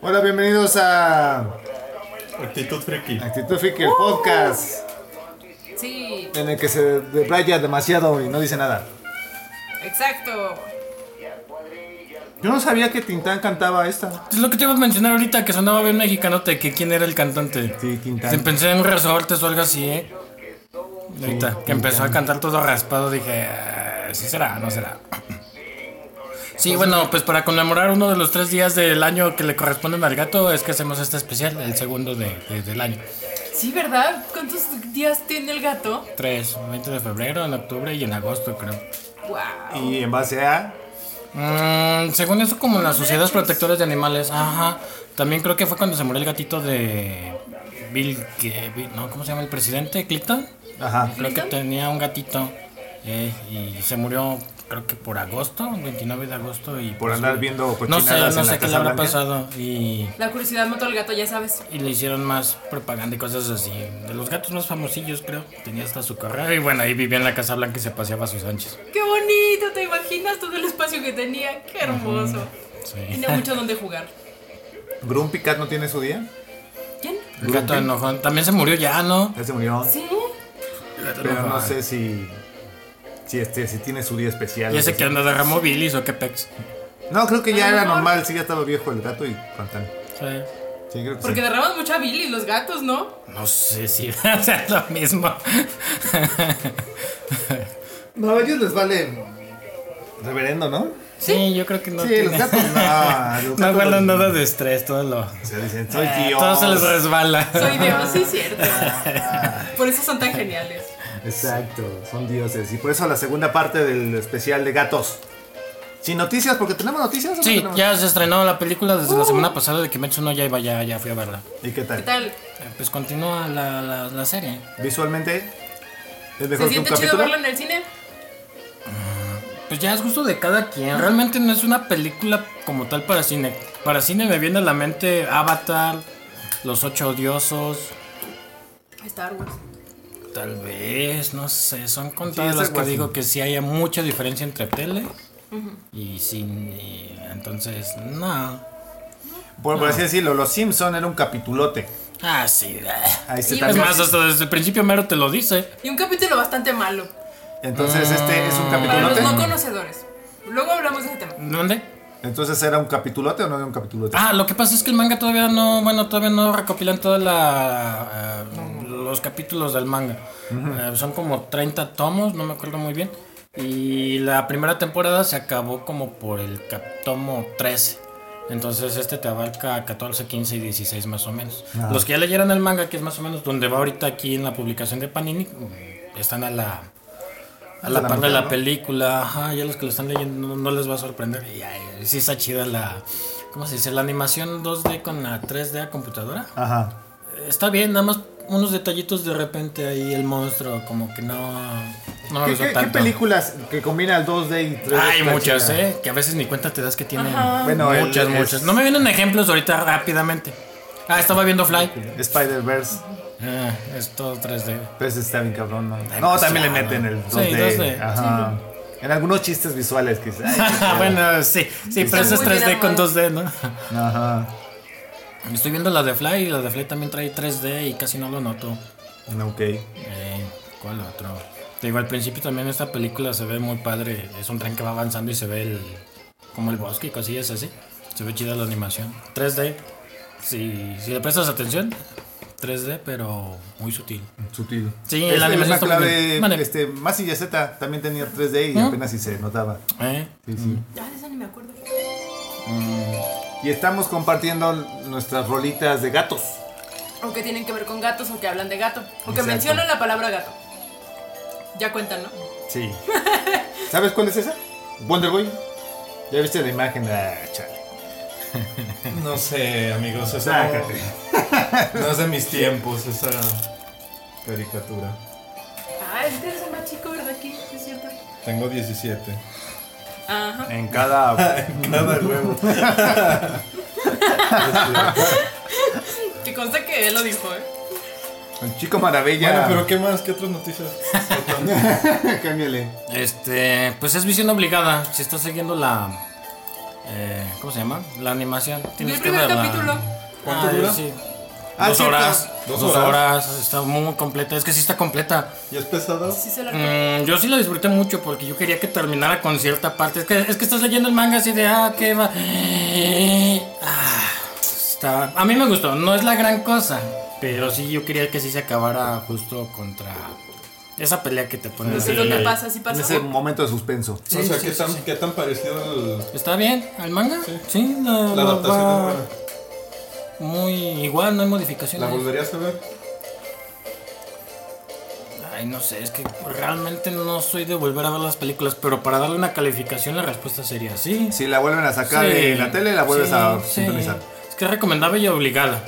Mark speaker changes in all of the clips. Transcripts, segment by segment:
Speaker 1: Hola, bienvenidos a
Speaker 2: Actitud friki.
Speaker 1: Actitud Freaky, el podcast
Speaker 3: Sí,
Speaker 1: en el que se deplaya demasiado y no dice nada.
Speaker 3: exacto.
Speaker 1: Yo no sabía que Tintán cantaba esta.
Speaker 4: Es lo que te iba a mencionar ahorita, que sonaba bien mexicanote, que quién era el cantante.
Speaker 1: Sí,
Speaker 4: Te
Speaker 1: Tintán.
Speaker 4: Pensé en resortes o algo así, ¿eh? Ahorita, que empezó a cantar todo raspado, dije, "Ah, sí será, no será. Sí, bueno, pues para conmemorar uno de los tres días del año que le corresponden al gato, es que hacemos este especial, el segundo de- de- del año.
Speaker 3: Sí, ¿verdad? ¿Cuántos días tiene el gato?
Speaker 4: 3, 20 de febrero, en octubre y en agosto, creo.
Speaker 3: Wow.
Speaker 1: Y en base a.
Speaker 4: Mm, según eso, como las sociedades protectoras de animales. Ajá. También creo que fue cuando se murió el gatito de Bill, que, Bill- no, ¿cómo se llama el presidente? Clinton.
Speaker 1: Ajá.
Speaker 4: Creo que tenía un gatito eh, y se murió, creo que por agosto, el 29 de agosto y
Speaker 1: Por
Speaker 4: pues,
Speaker 1: andar viendo
Speaker 4: no sé,
Speaker 1: cochinadas
Speaker 4: no
Speaker 1: en la
Speaker 4: sé qué le
Speaker 1: Casa
Speaker 4: habrá
Speaker 1: Blanca.
Speaker 4: pasado y,
Speaker 3: La curiosidad mató al gato, ya sabes.
Speaker 4: y le hicieron más propaganda y cosas así. De los gatos más famosillos, creo. Tenía hasta su correo y bueno, ahí vivía en la Casa Blanca y se paseaba a sus anchas.
Speaker 3: ¡Qué bonito! ¿Te imaginas todo el espacio que tenía? ¡Qué hermoso!
Speaker 4: Sí.
Speaker 3: Tenía mucho donde jugar.
Speaker 1: Grumpy Cat no tiene su día.
Speaker 3: ¿Quién?
Speaker 4: El gato enojón. También se murió ya, ¿no?
Speaker 1: Ya se murió.
Speaker 3: ¿Sí?
Speaker 1: Pero no sé si. Si, este, si tiene su día especial.
Speaker 4: Ya
Speaker 1: o
Speaker 4: sé
Speaker 1: sea,
Speaker 4: que
Speaker 1: sí.
Speaker 4: anda de Ramo Bilis o qué pex.
Speaker 1: No, creo que ya
Speaker 3: A lo
Speaker 1: era
Speaker 3: mejor.
Speaker 1: normal. Sí, ya estaba viejo el gato y cantan.
Speaker 4: Sí.
Speaker 1: Sí, creo que
Speaker 3: Porque
Speaker 1: sí.
Speaker 3: derraman mucha bilis los gatos, ¿no?
Speaker 4: No sé si sea lo mismo.
Speaker 1: No, a ellos les vale. Reverendo, ¿no?
Speaker 4: sí, yo creo que no.
Speaker 1: sí,
Speaker 4: tiene-
Speaker 1: los gatos no. Los
Speaker 4: No
Speaker 1: gatos
Speaker 4: guardan
Speaker 1: los-
Speaker 4: nada de estrés, todo lo.
Speaker 1: Se dicen, soy
Speaker 4: Eh,
Speaker 1: Dios.
Speaker 4: Todo se les resbala.
Speaker 3: Soy Dios, sí, cierto. Por eso son tan geniales.
Speaker 1: Exacto, son dioses. Y por eso la segunda parte del especial de gatos. Sin noticias, porque tenemos noticias. o no
Speaker 4: Sí,
Speaker 1: tenemos?
Speaker 4: ya se estrenó la película desde la semana pasada de Kimetsu no Yaiba, ya, ya fui a verla.
Speaker 1: ¿Y qué
Speaker 3: ¿Qué
Speaker 1: tal?
Speaker 3: tal?
Speaker 4: Eh, Pues continúa la, la, la serie.
Speaker 1: Visualmente, es
Speaker 3: ¿Se
Speaker 1: mejor que un
Speaker 3: siente chido
Speaker 1: capítulo.
Speaker 3: verlo en el cine?
Speaker 4: Pues ya es gusto de cada quien. Realmente no es una película como tal para cine. Para cine me viene a la mente Avatar, Los Ocho Odiosos,
Speaker 3: Star Wars.
Speaker 4: Tal vez, no sé, son
Speaker 1: Sí,
Speaker 4: contadas
Speaker 1: es
Speaker 4: las
Speaker 1: algo
Speaker 4: que
Speaker 1: así.
Speaker 4: digo que sí haya mucha diferencia entre tele y cine. Entonces, no.
Speaker 1: Por, por así decirlo, Los Simpson era un capitulote.
Speaker 4: Ah, sí. eh.
Speaker 1: Ahí se
Speaker 3: Y
Speaker 4: Es
Speaker 1: también.
Speaker 4: más, hasta desde el principio mero te lo dice.
Speaker 3: Y un capítulo bastante malo.
Speaker 1: Entonces, este es un
Speaker 3: Para Mm. los
Speaker 1: capitulote.
Speaker 3: no conocedores. Luego hablamos de ese tema.
Speaker 4: ¿Dónde?
Speaker 1: Entonces, ¿era un capitulote o no era un capitulote?
Speaker 4: Ah, lo que pasa es que el manga todavía no, bueno, todavía no recopilan toda la eh, los capítulos del manga. Eh, son como 30 tomos, no me acuerdo muy bien. Y la primera temporada se acabó como por el cap- tomo 13. Entonces este te abarca 14, 15 y 16 más o menos. Los que ya leyeron el manga, que es más o menos donde va ahorita aquí en la publicación de Panini, mm, están a la a la,
Speaker 1: A la
Speaker 4: par de
Speaker 1: mitad,
Speaker 4: la
Speaker 1: ¿no?
Speaker 4: película, ajá, ya los que lo están leyendo no, no les va a sorprender. Y ay, sí está chida la. ¿Cómo se dice? La animación 2D con la 3D a computadora.
Speaker 1: Ajá.
Speaker 4: Está bien, nada más unos detallitos de repente ahí el monstruo, como que no. No me
Speaker 1: ¿Qué,
Speaker 4: gustó
Speaker 1: qué- qué
Speaker 4: tanto.
Speaker 1: películas que combinan el 2D y 3D?
Speaker 4: Hay
Speaker 1: está
Speaker 4: muchas,
Speaker 1: chida?
Speaker 4: ¿eh? Que a veces ni cuenta te das que tienen.
Speaker 3: Ajá.
Speaker 1: Bueno, el-
Speaker 4: muchas,
Speaker 1: es-
Speaker 4: muchas. No me vienen ejemplos ahorita rápidamente. Ah, estaba viendo Fly.
Speaker 1: Spider-Verse.
Speaker 4: Ah, es todo 3D.
Speaker 1: Pues está bien cabrón, ¿no? Pues, ah, No,
Speaker 4: Demasiado.
Speaker 1: también le meten el 2D.
Speaker 4: Sí, 2D.
Speaker 1: Ajá. En algunos chistes visuales que dices, ay,
Speaker 4: bueno, sí, sí, pero eso es
Speaker 3: muy bien
Speaker 4: 3D con
Speaker 3: armado.
Speaker 4: 2D, ¿no?
Speaker 1: Ajá.
Speaker 4: Estoy viendo la de Fly y la de Fly también trae 3D y casi no lo noto.
Speaker 1: No, Ok.
Speaker 4: Eh, ¿Cuál otro? Te digo, al principio también esta película se ve muy padre. Es un tren que va avanzando y se ve el, como el bosque y cosillas así. Se ve chida la animación. 3D. Si, si le prestas atención, 3D, pero muy sutil.
Speaker 1: Sutil.
Speaker 4: Sí,
Speaker 1: Este,
Speaker 4: la animación está muy
Speaker 1: clave,
Speaker 4: bien. Vale.
Speaker 1: este, más y Z también tenía 3D y apenas si se notaba.
Speaker 4: ¿Eh?
Speaker 1: Sí, sí.
Speaker 3: Ya, de eso ni me acuerdo.
Speaker 1: Y estamos compartiendo nuestras rolitas de gatos.
Speaker 3: O que tienen que ver con gatos, o que hablan de gato. O que
Speaker 1: Exacto.
Speaker 3: mencionan la palabra gato. Ya cuentan, ¿no?
Speaker 1: Sí. ¿Sabes cuál es esa? Wonder Boy. Ya viste la imagen. Ah, chale.
Speaker 2: No sé, amigos, esa no,
Speaker 1: Sácate.
Speaker 2: no es de mis tiempos esa caricatura.
Speaker 3: Ah, este es el más chico, ¿verdad? Aquí, es cierto.
Speaker 2: Tengo 17.
Speaker 3: Ajá.
Speaker 1: En cada.
Speaker 2: Nada huevo.
Speaker 3: Que consta que él lo dijo, ¿eh?
Speaker 1: El chico maravilla.
Speaker 2: Bueno, pero ¿qué más? ¿Qué otras noticias?
Speaker 1: Cámbiale.
Speaker 4: Este, pues es visión obligada. Si estás siguiendo la eh, ¿Cómo se llama? La animación.
Speaker 3: Vi el
Speaker 4: que
Speaker 3: primer
Speaker 4: verla.
Speaker 3: capítulo.
Speaker 2: ¿Cuánto
Speaker 4: Ah,
Speaker 2: dura?
Speaker 4: sí.
Speaker 1: Ah,
Speaker 4: dos,
Speaker 1: cierto.
Speaker 4: horas,
Speaker 2: Dos
Speaker 4: dos,
Speaker 2: horas.
Speaker 4: horas. Está muy completa. Es que sí está completa.
Speaker 2: ¿Y es pesado?
Speaker 3: Sí se largó.
Speaker 4: Mm, yo sí la disfruté mucho porque yo quería que terminara con cierta parte. Es que, es que estás leyendo el manga así de, ah, qué va. Ah, está- A mí me gustó, no es la gran cosa, pero sí yo quería que sí se acabara justo contra esa pelea que te ponen.
Speaker 3: No sé
Speaker 4: así.
Speaker 3: dónde pasa, si
Speaker 1: En
Speaker 3: pasa.
Speaker 1: ese momento de suspenso.
Speaker 2: o sea,
Speaker 4: sí,
Speaker 2: ¿qué,
Speaker 4: sí,
Speaker 2: tan,
Speaker 4: sí.
Speaker 2: ¿qué tan parecido al-
Speaker 4: ¿Está bien? ¿Al manga? Sí, la,
Speaker 2: la
Speaker 4: la-
Speaker 2: adaptación?
Speaker 4: va
Speaker 2: del juego?
Speaker 4: Muy igual, no hay
Speaker 2: ¿La
Speaker 4: modificaciones.
Speaker 2: volverías a ver?
Speaker 4: Ay, no sé, es que realmente no soy de volver a ver las películas, pero para darle una calificación la respuesta sería sí.
Speaker 1: Si la vuelven a sacar
Speaker 4: Sí.
Speaker 1: de la tele, la vuelves
Speaker 4: Sí,
Speaker 1: a
Speaker 4: sí.
Speaker 1: sintonizar.
Speaker 4: Es que es recomendable y obligada.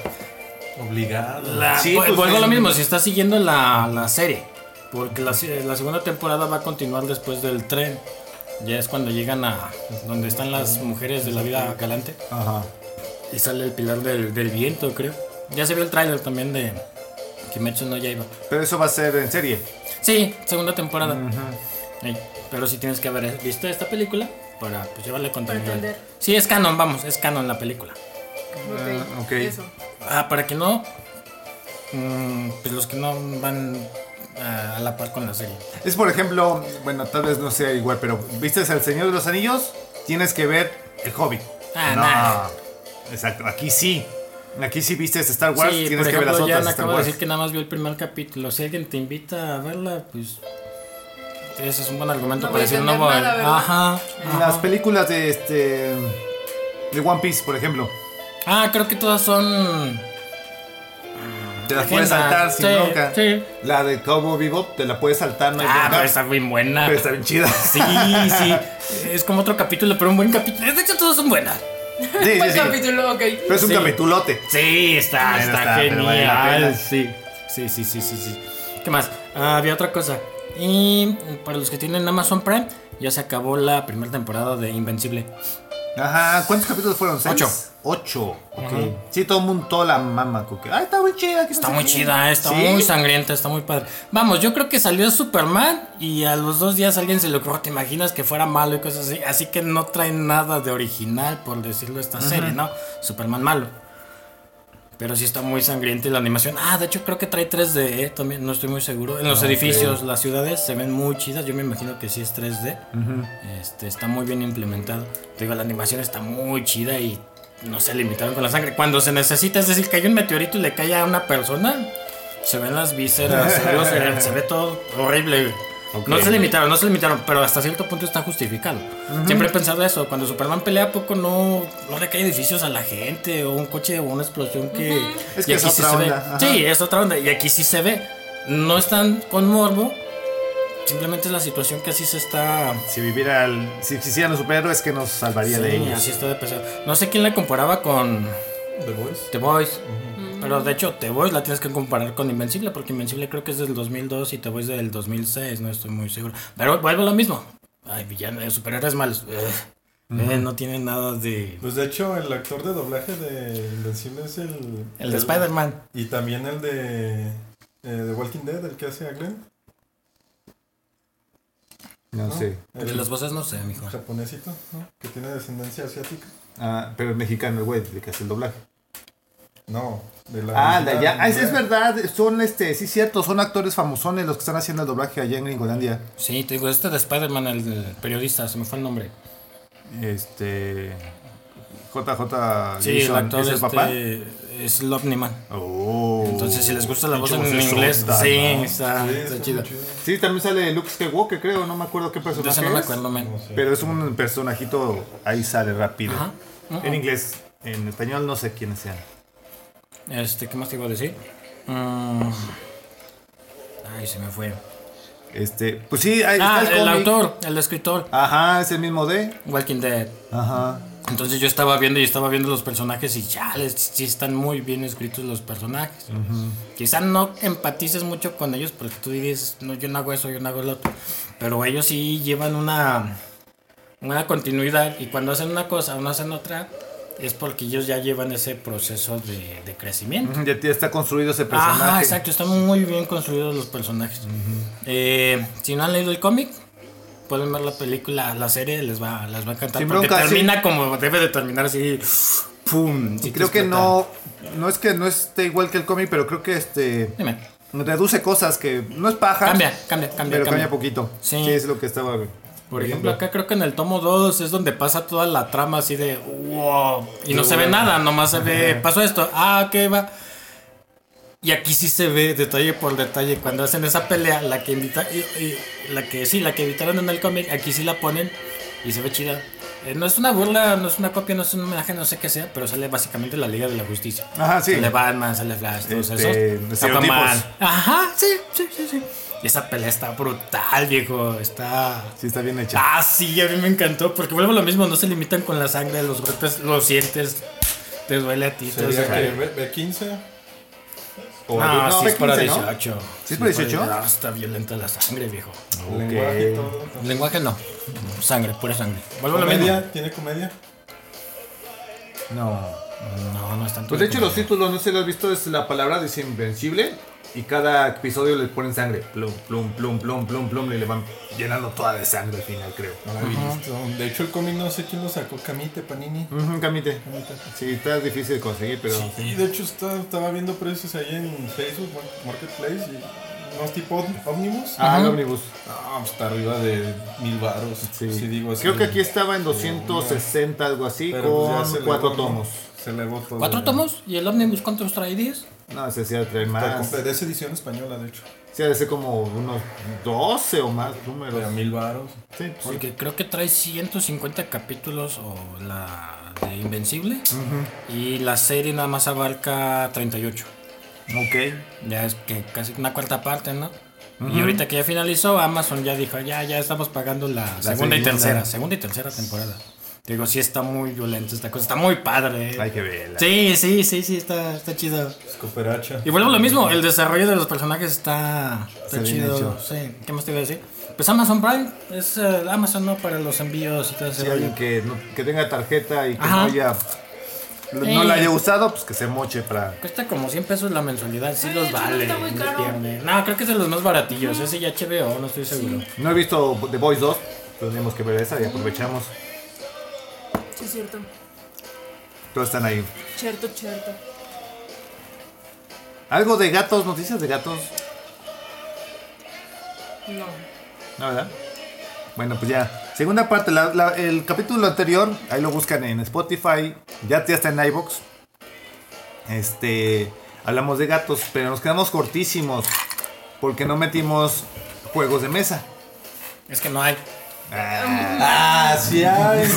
Speaker 2: Obligado.
Speaker 4: La-
Speaker 1: Sí,
Speaker 4: vu-
Speaker 1: pues,
Speaker 4: vuelvo a lo
Speaker 1: en-
Speaker 4: mismo, si estás siguiendo la, la serie, porque la, se- la segunda temporada va a continuar después del tren. Ya es cuando llegan a donde están las mujeres de la vida galante
Speaker 1: Ajá.
Speaker 4: y sale el pilar del, del viento, creo. Ya se vio el tráiler también de Kimetsu no Yaiba.
Speaker 1: Pero eso va a ser en serie.
Speaker 4: Sí, segunda temporada. Ey, pero sí tienes que haber visto esta película para pues, llevarle contenido.
Speaker 3: entender.
Speaker 4: Sí, es canon, vamos, es canon la película.
Speaker 1: Ah, ok.
Speaker 3: Eso.
Speaker 4: Ah, para que no. mm, pues los que no van a, a la par con la serie.
Speaker 1: Es por ejemplo, bueno, tal vez no sea igual, pero ¿viste El Señor de los Anillos? Tienes que ver El Hobbit.
Speaker 4: Ah, nah.
Speaker 1: Exacto, aquí sí. Aquí sí viste este Star Wars,
Speaker 4: sí,
Speaker 1: tienes
Speaker 4: por
Speaker 1: que ver
Speaker 4: ejemplo,
Speaker 1: las
Speaker 4: Jan
Speaker 1: otras de Star
Speaker 4: acabo de
Speaker 1: Wars.
Speaker 4: decir que nada más vio el primer capítulo. Si alguien te invita a verla, pues. Ese es un buen argumento
Speaker 3: No voy
Speaker 4: para
Speaker 3: a
Speaker 4: decir no
Speaker 3: entender
Speaker 4: voy.
Speaker 3: nada, ¿verdad?
Speaker 4: Ajá.
Speaker 1: Las
Speaker 4: ajá.
Speaker 1: películas de este de One Piece, por ejemplo,
Speaker 4: Ah, creo que todas son.
Speaker 1: te las puedes
Speaker 4: Agenda,
Speaker 1: saltar sin
Speaker 4: sí,
Speaker 1: bronca.
Speaker 4: sí.
Speaker 1: La de Cowboy Bebop te la puedes saltar, no hay
Speaker 4: Ah,
Speaker 1: bronca,
Speaker 4: pero está muy buena.
Speaker 1: pero está bien chida.
Speaker 4: Sí, sí. Es como otro capítulo, pero un buen capítulo. De hecho, todas son buenas.
Speaker 1: Sí, sí,
Speaker 3: Buen
Speaker 1: sí.
Speaker 3: capítulo, ok.
Speaker 1: Pero es un
Speaker 4: Sí.
Speaker 1: capitulote.
Speaker 4: Sí, está,
Speaker 1: Bueno,
Speaker 4: está,
Speaker 1: está, pero vale la pena.
Speaker 4: genial. Sí. sí, sí, sí, sí, sí. ¿Qué más? Ah, había otra cosa. Y para los que tienen Amazon Prime, ya se acabó la primera temporada de Invencible.
Speaker 1: Ajá, ¿cuántos capítulos fueron? ¿Seis?
Speaker 4: Ocho.
Speaker 1: Ocho. ok. Sí, todo el mundo toda la mama con que. Ah, está muy chida. que no
Speaker 4: Está
Speaker 1: sé
Speaker 4: muy
Speaker 1: qué".
Speaker 4: chida, eh, está
Speaker 1: ¿Sí?
Speaker 4: muy sangrienta, está muy padre. Vamos, yo creo que salió Superman y a los dos días a alguien se le ocurrió, te imaginas que fuera malo y cosas así. Así que no trae nada de original, por decirlo, esta serie, ¿no? Superman malo. Pero sí está muy sangrienta y la animación. Ah, de hecho creo que trae 3D eh, también, no estoy muy seguro. En los edificios, las ciudades se ven muy chidas, yo me imagino que sí es 3D. Este, está muy bien implementado. Te digo, la animación está muy chida y no se limitaron con la sangre. Cuando se necesita, es decir, que hay un meteorito y le cae a una persona, se ven las vísceras, se ve, los cerebros, se ve todo horrible. güey. No se limitaron, no se limitaron, pero hasta cierto punto está justificado. Siempre he pensado eso, cuando Superman pelea ¿a poco no, no le cae edificios a la gente o un coche o una explosión que...
Speaker 1: Es
Speaker 4: y
Speaker 1: que es
Speaker 4: aquí sí
Speaker 1: otra
Speaker 4: se ve.
Speaker 1: onda, ajá.
Speaker 4: Sí, es otra onda. Y aquí sí se ve. No están con morbo, simplemente es la situación que así se está
Speaker 1: Si viviera. el- si existieran los superhéroes, que nos salvaría de
Speaker 4: Sí,
Speaker 1: ellos.
Speaker 4: así está de pesado. No sé quién la comparaba con
Speaker 2: ¿The Voice?
Speaker 4: The Voice. Pero de hecho, The Voice la tienes que comparar con Invencible. Porque Invencible creo que es del 2002 y The Voice del 2006. No estoy muy seguro. Pero vuelvo a lo mismo. Ay, villanos, superhéroes malos. Ugh. Eh, no tiene nada de.
Speaker 2: Pues de hecho, el actor de doblaje de Invencible es el.
Speaker 4: El de Spider-Man.
Speaker 2: Y también el de. eh, de Walking Dead, el que hace a Glenn.
Speaker 1: No sé.
Speaker 2: El,
Speaker 4: De las voces no sé, mijo.
Speaker 2: japonesito, ¿no? Que tiene descendencia asiática.
Speaker 1: Ah, pero el mexicano, el güey, el que hace el doblaje.
Speaker 2: No, de la.
Speaker 1: Ah, de allá. Ah, es, es
Speaker 2: original.
Speaker 1: verdad. Son este. Sí, cierto. Son actores famosones los que están haciendo el doblaje allá en Gringolandia.
Speaker 4: Sí, te digo, este de Spider-Man, el del periodista, se me fue el nombre.
Speaker 1: Este. JJ.
Speaker 4: Sí,
Speaker 1: Jason,
Speaker 4: el actor
Speaker 1: ¿es el
Speaker 4: este,
Speaker 1: papá?
Speaker 4: es el Omniman.
Speaker 1: Oh.
Speaker 4: Entonces, si les gusta la voz
Speaker 1: Pinche
Speaker 4: en
Speaker 1: vocesota,
Speaker 4: inglés,
Speaker 1: ¿no?
Speaker 4: sí, está,
Speaker 2: Sí,
Speaker 4: está
Speaker 2: muy
Speaker 4: chido.
Speaker 1: Sí, también sale Luke Skywalker, creo. No me acuerdo qué
Speaker 4: De
Speaker 1: personaje.
Speaker 4: ese no me
Speaker 1: es.
Speaker 4: acuerdo, men.
Speaker 2: No sé.
Speaker 1: Pero es un personajito, ahí sale rápido.
Speaker 4: Ajá.
Speaker 1: En inglés, en español no sé quiénes sean.
Speaker 4: Este, ¿qué más te iba a decir? Mm. Ay, se me fue.
Speaker 1: Este, pues sí, ahí
Speaker 4: Ah,
Speaker 1: está
Speaker 4: el,
Speaker 1: el, cómic.
Speaker 4: autor, el escritor,
Speaker 1: Ajá, es el mismo de.
Speaker 4: Walking Dead.
Speaker 1: Ajá.
Speaker 4: Entonces yo estaba viendo y estaba viendo los personajes y ya, les, sí están muy bien escritos los personajes. Quizá no empatices mucho con ellos porque tú dices, no, yo no hago eso, yo no hago lo otro. Pero ellos sí llevan una, una continuidad y cuando hacen una cosa o no hacen otra, es porque ellos ya llevan ese proceso de, de crecimiento.
Speaker 1: Ujú, Ya, ya está construido ese personaje.
Speaker 4: Ajá, exacto, están muy bien construidos los personajes. Eh, si no han leído el cómic, pueden ver la película, la serie, les va, les va a encantar.
Speaker 1: Sin
Speaker 4: porque
Speaker 1: bronca, sí.
Speaker 4: termina como debe de terminar así. ¡Pum! sí
Speaker 1: Y
Speaker 4: te
Speaker 1: creo que
Speaker 4: explota.
Speaker 1: no. No es que no esté igual que el cómic, pero creo que este.
Speaker 4: Dime.
Speaker 1: Reduce cosas que no es paja.
Speaker 4: Cambia, cambia, cambia.
Speaker 1: Ah. Pero
Speaker 4: cambia.
Speaker 1: cambia poquito.
Speaker 4: Sí.
Speaker 1: Sí. es lo que estaba.
Speaker 4: Por ejemplo, acá creo que en el tomo 2 es donde pasa toda la trama así de wow. Y no se ve nada, nomás se ve. Pasó esto, ah, qué va. Y aquí sí se ve detalle por detalle. Cuando hacen esa pelea, la que invita, y- y- la que sí, la que evitaron en el cómic, aquí sí la ponen y se ve chida. Eh, no es una burla, no es una copia, no es un homenaje, no sé qué sea, pero sale básicamente la Liga de la Justicia.
Speaker 1: Ajá, sí.
Speaker 4: Sale Batman, sale Flash, todos
Speaker 1: Este,
Speaker 4: esos.
Speaker 1: estereotipos.
Speaker 4: Aquaman. Ajá, sí, sí, sí, sí. Y esa pelea está brutal, viejo. Está.
Speaker 1: Sí, está bien hecha.
Speaker 4: Ah, sí, a mí me encantó, porque vuelvo a lo mismo, no se limitan con la sangre, los golpes, lo sientes, te duele a ti. te
Speaker 2: Sería
Speaker 4: duele.
Speaker 2: que B- B15. O
Speaker 4: No,
Speaker 1: no,
Speaker 4: sí es
Speaker 1: B15,
Speaker 4: para
Speaker 1: ¿no?
Speaker 4: 18.
Speaker 1: ¿Sí es para 18?
Speaker 4: Ah, está violenta la sangre, viejo.
Speaker 2: algún lenguaje y todo.
Speaker 4: Lenguaje no, sangre, pura sangre. Vuelvo a lo mismo.
Speaker 2: ¿Comedia? ¿Tiene comedia?
Speaker 1: No.
Speaker 4: No, no es tanto.
Speaker 1: Pues de hecho los títulos, no sé si lo has visto, es la palabra desinvencible y cada episodio les ponen sangre. Plum, plum, plum, plum, plum, plum, y le van llenando toda de sangre al final, creo.
Speaker 2: No la he visto. De hecho, el cómic no sé quién lo sacó. Camite, Panini.
Speaker 1: Ujú, Camite. Sí, está difícil de conseguir, pero...
Speaker 2: Y de hecho, está- estaba viendo precios ahí en Facebook, Mar- Marketplace. Y unos tipo Om- Omnibus.
Speaker 1: Ah, el ómnibus.
Speaker 2: Ah, pues, está arriba de mil baros.
Speaker 1: Sí.
Speaker 2: Si digo así.
Speaker 1: Creo que aquí estaba en 260, algo así,
Speaker 2: Pero, pues, ya se
Speaker 1: con
Speaker 2: elevó,
Speaker 1: cuatro
Speaker 2: ¿no?
Speaker 1: tomos.
Speaker 2: Se elevó todo.
Speaker 4: ¿Cuatro tomos? ¿Y el ómnibus cuántos trae? ¿10?
Speaker 1: No, se hacía traer
Speaker 2: Está
Speaker 1: más.
Speaker 2: comple- De esa edición española, de hecho.
Speaker 1: Se hace como unos 12 o más
Speaker 2: De a
Speaker 1: números.
Speaker 2: mil baros.
Speaker 1: Sí, pues sí.
Speaker 4: Porque creo que trae 150 capítulos o la de Invencible. Y la serie nada más abarca 38.
Speaker 1: Ok.
Speaker 4: Ya es que casi una cuarta parte, ¿no? Y ahorita que ya finalizó, Amazon ya dijo, ya, ya estamos pagando la, segunda
Speaker 1: segunda.
Speaker 4: y tercera, segunda y tercera temporada. Digo, sí está muy violenta esta cosa, está muy padre. ¿eh?
Speaker 1: Hay que verla.
Speaker 4: Sí, sí, sí, sí, está, está chido.
Speaker 2: Es cooperacha.
Speaker 4: Y vuelvo a lo mismo, el desarrollo de los personajes está, está
Speaker 1: Está bien
Speaker 4: chido.
Speaker 1: hecho.
Speaker 4: Sí, ¿qué más te iba a decir? Pues Amazon Prime es eh, Amazon, ¿no? Para los envíos y todo ese
Speaker 1: Si
Speaker 4: rollo.
Speaker 1: alguien que, no- que tenga tarjeta y que
Speaker 4: Ajá.
Speaker 1: no haya. No la haya usado, pues que se moche para.
Speaker 4: Cuesta como 100 pesos la mensualidad, sí
Speaker 3: Ay,
Speaker 4: los
Speaker 3: eso no
Speaker 4: vale.
Speaker 3: está muy
Speaker 4: no
Speaker 3: caro.
Speaker 4: pierde. No, creo que es de los más baratillos, ese ya HBO, no estoy seguro.
Speaker 1: No he visto The Boys 2, tenemos que ver esa y aprovechamos.
Speaker 3: Sí, es cierto.
Speaker 1: Todos están ahí.
Speaker 3: Cierto, cierto.
Speaker 1: Algo de gatos, noticias de gatos,
Speaker 3: No.
Speaker 1: ¿no verdad? Bueno, pues ya. Segunda parte, la- la- el capítulo anterior, ahí lo buscan en Spotify, ya, ya está en iBox. Este. Hablamos de gatos, pero nos quedamos cortísimos porque no metimos juegos de mesa.
Speaker 4: Es que no hay.
Speaker 2: Ah, sí hay.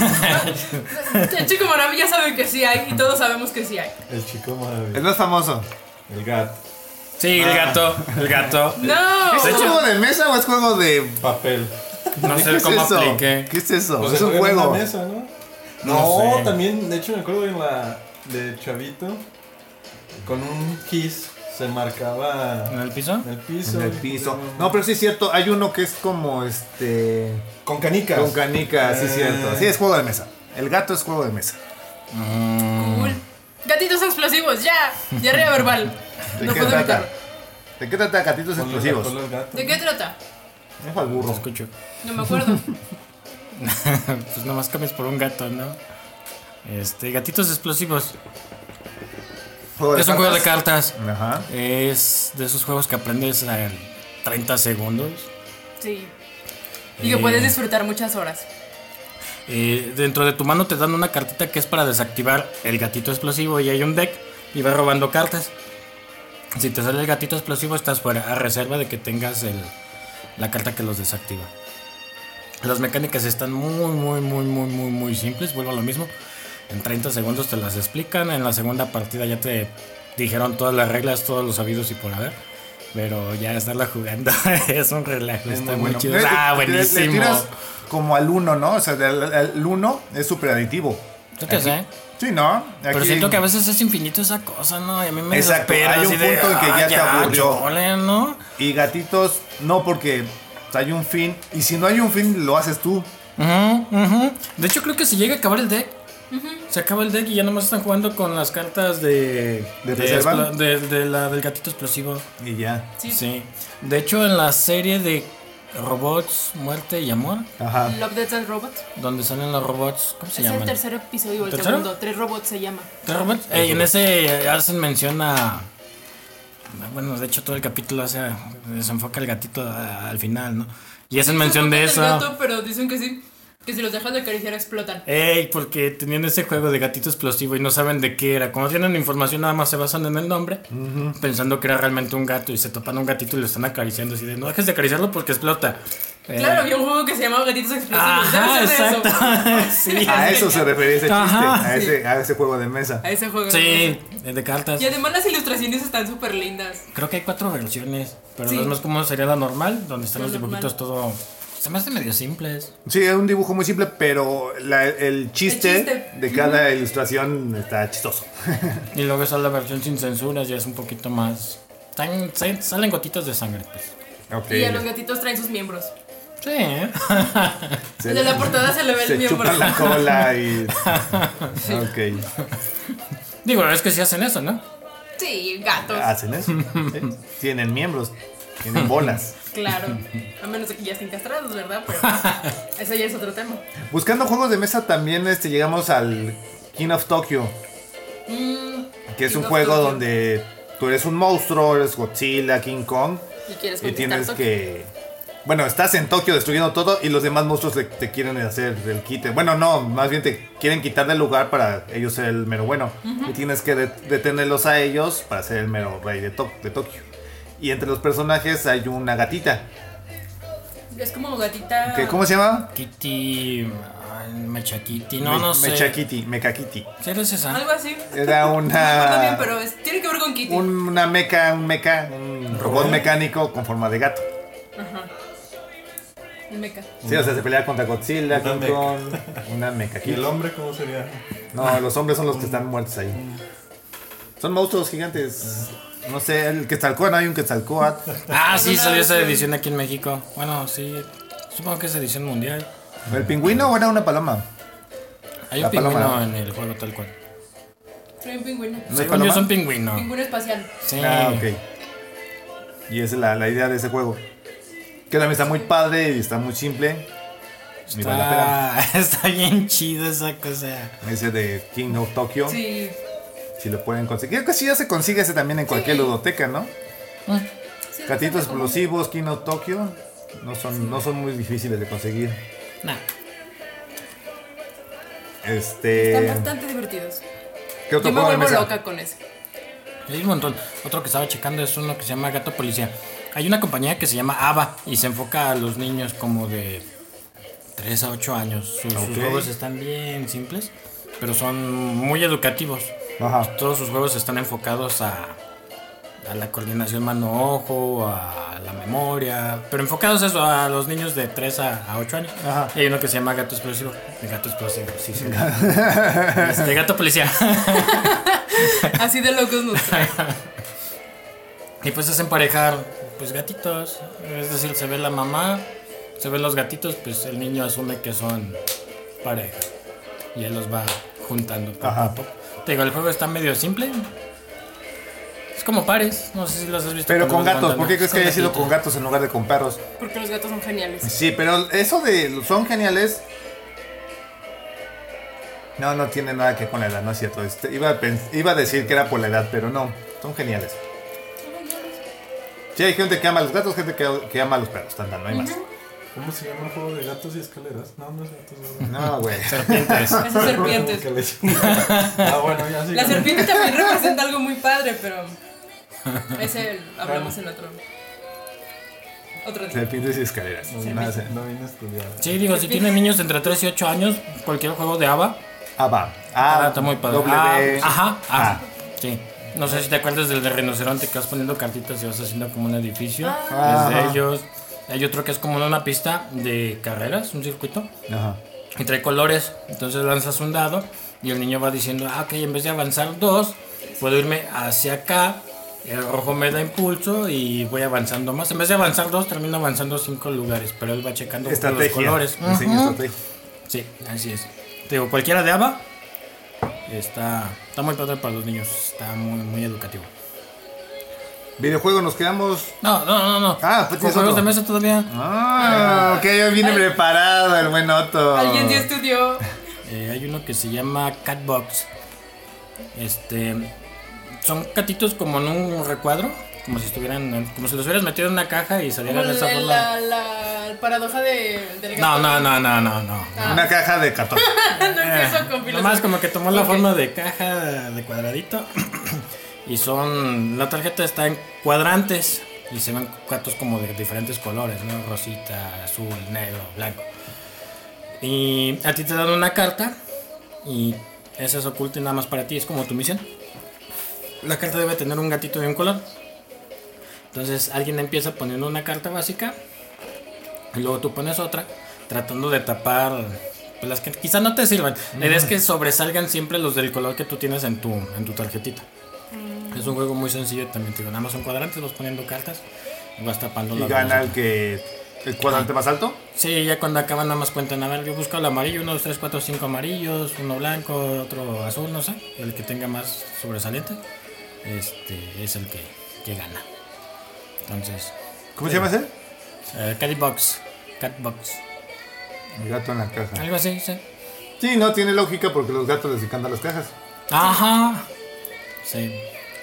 Speaker 3: El chico maravilla sabe que sí hay y todos sabemos que sí hay.
Speaker 2: El chico
Speaker 1: El
Speaker 2: maravilla.
Speaker 1: más famoso.
Speaker 2: El gato.
Speaker 4: Sí,
Speaker 1: Ah.
Speaker 4: el gato, el gato.
Speaker 3: No.
Speaker 4: Oh.
Speaker 1: ¿Es un juego de mesa o es juego de
Speaker 2: Papel.
Speaker 4: No
Speaker 1: ¿Qué
Speaker 4: sé
Speaker 1: es
Speaker 4: cómo
Speaker 1: eso?
Speaker 4: apliqué.
Speaker 1: ¿Qué es eso?
Speaker 2: Pues
Speaker 1: es un
Speaker 2: juega en
Speaker 1: juego.
Speaker 2: la mesa, ¿no?
Speaker 4: No
Speaker 2: No,
Speaker 4: sé.
Speaker 2: también, de hecho me acuerdo en la de Chavito, con un kiss se
Speaker 4: ¿En
Speaker 2: marcaba
Speaker 4: el piso?
Speaker 2: en el piso.
Speaker 1: En
Speaker 2: Mm.
Speaker 1: el piso. No, pero sí es cierto. Hay uno que es como este.
Speaker 2: Con canicas.
Speaker 1: Con canicas, sí es
Speaker 2: Eh.
Speaker 1: cierto. Sí, es juego de mesa. El gato es juego de mesa.
Speaker 3: Cool.
Speaker 4: Mm,
Speaker 3: Gatitos explosivos, ya. Diarrea verbal.
Speaker 1: ¿De
Speaker 3: No
Speaker 1: qué
Speaker 3: puedo
Speaker 1: trata?
Speaker 3: evitarlo.
Speaker 1: ¿De qué trata gatitos
Speaker 2: Con los-
Speaker 1: explosivos?
Speaker 2: con los gatos.
Speaker 3: ¿De qué trata?
Speaker 1: Deja al burro.
Speaker 4: Escucho.
Speaker 3: No me acuerdo.
Speaker 4: pues nomás cambias por un gato, ¿no? Este, gatitos explosivos.
Speaker 1: Juego de
Speaker 4: Es un juego de
Speaker 1: cartas.
Speaker 4: cartas.
Speaker 1: Ajá.
Speaker 4: Es de esos juegos que aprendes en 30 segundos.
Speaker 3: Sí. Y que puedes disfrutar muchas horas.
Speaker 4: Eh, dentro de tu mano te dan una cartita que es para desactivar el gatito explosivo y hay un deck y vas robando cartas. Si te sale el gatito explosivo estás fuera, a reserva de que tengas el- la carta que los desactiva. Las mecánicas están muy, muy, muy, muy, muy, muy simples, vuelvo a lo mismo. En 30 segundos te las explican, en la segunda partida ya te dijeron todas las reglas, todos los sabidos y por haber. Pero ya estarla jugando es un relajo, está muy
Speaker 1: bueno.
Speaker 4: chido.
Speaker 1: Le-
Speaker 4: Ah,
Speaker 1: le-
Speaker 4: buenísimo.
Speaker 1: Le, tiras como al uno, ¿no? O sea, del- al uno es súper aditivo.
Speaker 4: ¿Tú te haces?
Speaker 1: Sí, ¿no?
Speaker 4: Pero
Speaker 1: Aquí-
Speaker 4: siento que a veces es infinito esa cosa, ¿no? Y a mí me
Speaker 1: Exacto,
Speaker 4: desespera.
Speaker 1: hay un
Speaker 4: así de,
Speaker 1: punto en que ya
Speaker 4: "Ah,
Speaker 1: te aburrió".
Speaker 4: ole, ¿no?
Speaker 1: Y gatitos, no, porque hay un fin. Y si no hay un fin, lo haces tú.
Speaker 4: Ujú, ujú. De hecho, creo que se llega a acabar el deck. Se acaba el deck y ya nomás están jugando con las cartas de...
Speaker 1: ¿De reserva?
Speaker 4: explo- de- de la, del gatito explosivo.
Speaker 1: Y ya.
Speaker 3: Sí.
Speaker 4: Sí. De hecho, en la serie de Robots, Muerte y Amor,
Speaker 1: Ajá.
Speaker 3: Love, Death and Robots.
Speaker 4: donde salen los robots. ¿Cómo se
Speaker 3: Es el
Speaker 4: llaman?
Speaker 3: tercer episodio o el
Speaker 4: ¿Tercero?
Speaker 3: segundo. Tres robots se llama.
Speaker 4: ¿Tres robots? Eh, y en ese eh, hacen mención a. Bueno, de hecho, todo el capítulo hace, desenfoca el gatito a- al final, ¿no? Y hacen mención de
Speaker 3: El
Speaker 4: eso.
Speaker 3: gato, pero dicen que sí. Que si los dejas de acariciar explotan.
Speaker 4: Ey, porque tenían ese juego de gatito explosivo y no saben de qué era. Como tienen información, nada más se basan en el nombre, pensando que era realmente un gato y se topan un gatito y lo están acariciando. Así de, no dejes de acariciarlo porque explota. Eh,
Speaker 3: Claro, había un juego que se llamaba Gatitos Explosivos.
Speaker 4: Ajá,
Speaker 3: Debe ser de
Speaker 4: Ah, exacto.
Speaker 3: eso. Ah,
Speaker 4: sí.
Speaker 1: A eso se refería ese chiste,
Speaker 4: Ajá,
Speaker 1: a, ese, a ese juego de mesa.
Speaker 3: A ese juego.
Speaker 4: Sí, de cartas.
Speaker 3: Y además las ilustraciones están súper lindas.
Speaker 4: Creo que hay cuatro versiones, pero
Speaker 3: Sí.
Speaker 4: no es más como sería la normal, donde están
Speaker 3: La
Speaker 4: los dibujitos todo. Se me hace medio simples.
Speaker 1: Sí, es un dibujo muy simple, pero la- el, chiste
Speaker 3: El chiste.
Speaker 1: de cada ilustración está chistoso.
Speaker 4: Y luego está la versión sin censura, ya es un poquito más. tan- sa- salen gotitas de sangre, pues.
Speaker 1: Ok.
Speaker 3: Y a los gatitos traen sus miembros.
Speaker 4: Sí, ¿eh?
Speaker 1: Se-
Speaker 3: El de la portada se le ve el
Speaker 1: Se
Speaker 3: miembro.
Speaker 1: chupan la cola y. Ok.
Speaker 4: Digo, es que sí hacen eso, ¿no?
Speaker 3: Sí, gatos.
Speaker 1: ¿Hacen eso? Sí. Tienen miembros, tienen bolas.
Speaker 3: Claro. A menos de que ya estén castrados, ¿verdad? Pero eso ya es otro tema.
Speaker 1: Buscando juegos de mesa también este, llegamos al King of Tokyo,
Speaker 3: Mm,
Speaker 1: que es
Speaker 3: King
Speaker 1: un
Speaker 3: of
Speaker 1: juego
Speaker 3: Tokyo.
Speaker 1: donde tú eres un monstruo, eres Godzilla, King Kong,
Speaker 3: Y quieres
Speaker 1: y tienes
Speaker 3: conquistar
Speaker 1: que... Bueno, estás en Tokio destruyendo todo y los demás monstruos te, te quieren hacer el quite. Bueno, no, más bien te quieren quitar del lugar para ellos ser el mero bueno. Y tienes que de- detenerlos a ellos para ser el mero rey de, To- de Tokio. Y entre los personajes hay una gatita.
Speaker 3: Tokio. Es como gatita.
Speaker 1: que ¿Cómo se llama?
Speaker 4: Kitty. ay, Mecha Kitty, no,
Speaker 1: Me-
Speaker 4: no sé.
Speaker 1: Mecha Kitty, Mecha Kitty.
Speaker 4: ¿Sí eres esa?
Speaker 3: Algo así.
Speaker 1: Era
Speaker 3: No me acuerdo bien,
Speaker 1: una.
Speaker 3: pero es- tiene que ver con Kitty.
Speaker 1: un- una meca, un meca, un robot mecánico con forma de gato.
Speaker 3: Un meca.
Speaker 1: Sí, o sea, se pelea contra Godzilla,
Speaker 2: Una
Speaker 1: King
Speaker 2: meca.
Speaker 1: Kong, una meca
Speaker 2: ¿Y
Speaker 1: Kitty.
Speaker 2: el hombre cómo sería?
Speaker 1: No, los hombres son los que están muertos ahí. Son monstruos gigantes. No sé, el Quetzalcóatl, hay un Quetzalcóatl.
Speaker 4: Ah, sí,
Speaker 3: Alguna
Speaker 4: salió esa
Speaker 3: versión.
Speaker 4: edición aquí en México. Bueno, sí. Supongo que es edición mundial.
Speaker 1: ¿El pingüino o era una paloma?
Speaker 4: Hay
Speaker 1: La
Speaker 4: un pingüino
Speaker 1: paloma.
Speaker 4: en el juego tal cual.
Speaker 3: Soy un pingüino.
Speaker 1: ¿No es
Speaker 4: Según
Speaker 1: paloma?
Speaker 4: yo es un pingüino.
Speaker 3: Pingüino espacial.
Speaker 4: Sí.
Speaker 1: Ah, ok. Y esa es la, la idea de ese juego. Que también está muy padre y está muy simple. Y vale la pena.
Speaker 4: Está, está bien chido esa cosa.
Speaker 1: Ese de King of Tokyo.
Speaker 3: Sí.
Speaker 1: Si lo pueden conseguir. Creo que sí ya se consigue ese también en cualquier
Speaker 3: Sí.
Speaker 1: ludoteca, ¿no?
Speaker 3: Sí, es
Speaker 1: Gatitos
Speaker 3: bastante común.
Speaker 1: explosivos, Kino Tokio. No son, no son muy difíciles de conseguir.
Speaker 4: Nah.
Speaker 1: Este.
Speaker 3: Están bastante divertidos.
Speaker 1: ¿Qué
Speaker 3: Yo
Speaker 1: otro
Speaker 3: me
Speaker 1: juego de
Speaker 3: vuelvo
Speaker 1: mesa?
Speaker 3: loca con eso.
Speaker 4: Hay un montón. Otro que estaba checando es uno que se llama Gato Policía. Hay una compañía que se llama ABA y se enfoca a los niños como de 3 a 8 años. Sus, sus
Speaker 1: Ok.
Speaker 4: juegos están bien simples, pero son muy educativos.
Speaker 1: Ajá.
Speaker 4: Todos sus juegos están enfocados a, a la coordinación mano-ojo, a la memoria, pero enfocados eso, a los niños de 3 a, a 8 años.
Speaker 1: Ajá.
Speaker 4: Y hay uno que se llama Gato Explosivo. El gato Explosivo, sí, sí. Este, gato Policía.
Speaker 3: Así de locos nos traen.
Speaker 4: Y pues es emparejar, pues gatitos. Es decir, se ve la mamá, se ven los gatitos, pues el niño asume que son pareja. Y él los va juntando poco
Speaker 1: Ajá.
Speaker 4: a poco. Te digo, el juego está medio simple. Es como pares, no sé si los has visto.
Speaker 1: Pero con
Speaker 4: los van
Speaker 1: gatos,
Speaker 4: dando.
Speaker 1: ¿por qué
Speaker 4: Es
Speaker 1: crees que haya sido
Speaker 4: gatitos.
Speaker 1: con gatos en lugar de con perros?
Speaker 3: Porque los gatos son geniales.
Speaker 1: Sí, pero eso de son geniales. No, no tiene nada que ver con la edad, no es cierto. Este, iba, a pens- iba a decir que era por la edad, pero no, son geniales. Sí, hay gente que ama a los gatos, gente que, que ama a los perros, tanta, no hay más.
Speaker 2: ¿Cómo se llama el juego de gatos y escaleras? No, no es gatos. ¿verdad?
Speaker 1: No, güey.
Speaker 4: Serpientes.
Speaker 3: Esas serpientes.
Speaker 2: Que le echan- ah, bueno, ya sí.
Speaker 3: La serpiente también representa algo muy padre, pero. Ese hablamos en otro. Otro día.
Speaker 1: Serpientes y escaleras. Nada, se-
Speaker 2: No vine a estudiar.
Speaker 4: Sí, digo, si tienen niños entre 3 y 8 años, cualquier juego de ABA.
Speaker 1: Ah, va.
Speaker 4: Ah,
Speaker 1: Ah,
Speaker 4: está muy padre.
Speaker 1: doble
Speaker 4: Ah,
Speaker 1: D.
Speaker 4: ajá, ah,
Speaker 1: Ah.
Speaker 4: sí. No sé si te acuerdas del de rinoceronte que vas poniendo cartitas y vas haciendo como un edificio.
Speaker 1: Ah.
Speaker 4: Es de ellos. Hay otro que es como una pista de carreras, un circuito.
Speaker 1: Ajá.
Speaker 4: Y trae colores. Entonces lanzas un dado y el niño va diciendo, ah, ok, en vez de avanzar dos, puedo irme hacia acá. El rojo me da impulso y voy avanzando más. En vez de avanzar dos, termino avanzando cinco lugares. Pero él va checando los
Speaker 1: Estrategia.
Speaker 4: colores.
Speaker 1: Diseño
Speaker 4: Ujú.
Speaker 1: estrategia.
Speaker 4: Sí, así es. Te digo, cualquiera de ABA está, está muy padre para los niños, está muy, muy educativo.
Speaker 1: Videojuego, nos quedamos.
Speaker 4: No, no, no, no.
Speaker 1: Ah, pues
Speaker 4: Con
Speaker 1: tienes
Speaker 4: juegos
Speaker 1: otro.
Speaker 4: de mesa todavía.
Speaker 1: Ah, ok, hoy viene
Speaker 3: Ay.
Speaker 1: preparado el buen Otto.
Speaker 3: Alguien sí estudió.
Speaker 4: Eh, hay uno que se llama Catbox. Este. Son catitos como en un recuadro. Como si estuvieran. en- Como si los hubieras metido en una caja y
Speaker 3: Como
Speaker 4: salieran de esa
Speaker 3: la,
Speaker 4: forma.
Speaker 3: la, la paradoja de, del
Speaker 4: No,
Speaker 3: gato.
Speaker 4: no, no, no, no, no.
Speaker 1: Una caja de 14.
Speaker 3: no empiezo con filosofía.
Speaker 4: Ah, Nomás como que tomó la
Speaker 3: Ok.
Speaker 4: forma de caja de cuadradito. y son. La tarjeta está en cuadrantes. Y se ven gatos como de diferentes colores, ¿no? Rosita, azul, negro, blanco. Y a ti te dan una carta. Y esa es oculta y nada más para ti. Es como tu misión. La carta debe tener un gatito de un color. Entonces alguien empieza poniendo una carta básica. Y luego tú pones otra, tratando de tapar pues, las que quizá no te sirvan. La idea es que sobresalgan siempre los del color que tú tienes en tu, en tu tarjetita. Es un juego muy sencillo también, te digo, nada más son cuadrantes, vas poniendo cartas y vas tapando
Speaker 1: Y
Speaker 4: las
Speaker 1: gana el
Speaker 4: demás.
Speaker 1: que. El cuadrante más alto.
Speaker 4: Sí, ya cuando acaban nada más cuentan, a ver, yo busco el amarillo, uno, dos, tres, cuatro, cinco amarillos, uno blanco, otro azul, no sé, el que tenga más sobresaliente, este, es el que, que gana. Entonces,
Speaker 1: ¿Cómo se llama ese?
Speaker 4: eh, Catbox, Catbox,
Speaker 1: El gato en la caja.
Speaker 4: algo así, sí.
Speaker 1: Sí, no tiene lógica porque los gatos les encantan las cajas.
Speaker 4: Ajá. Sí.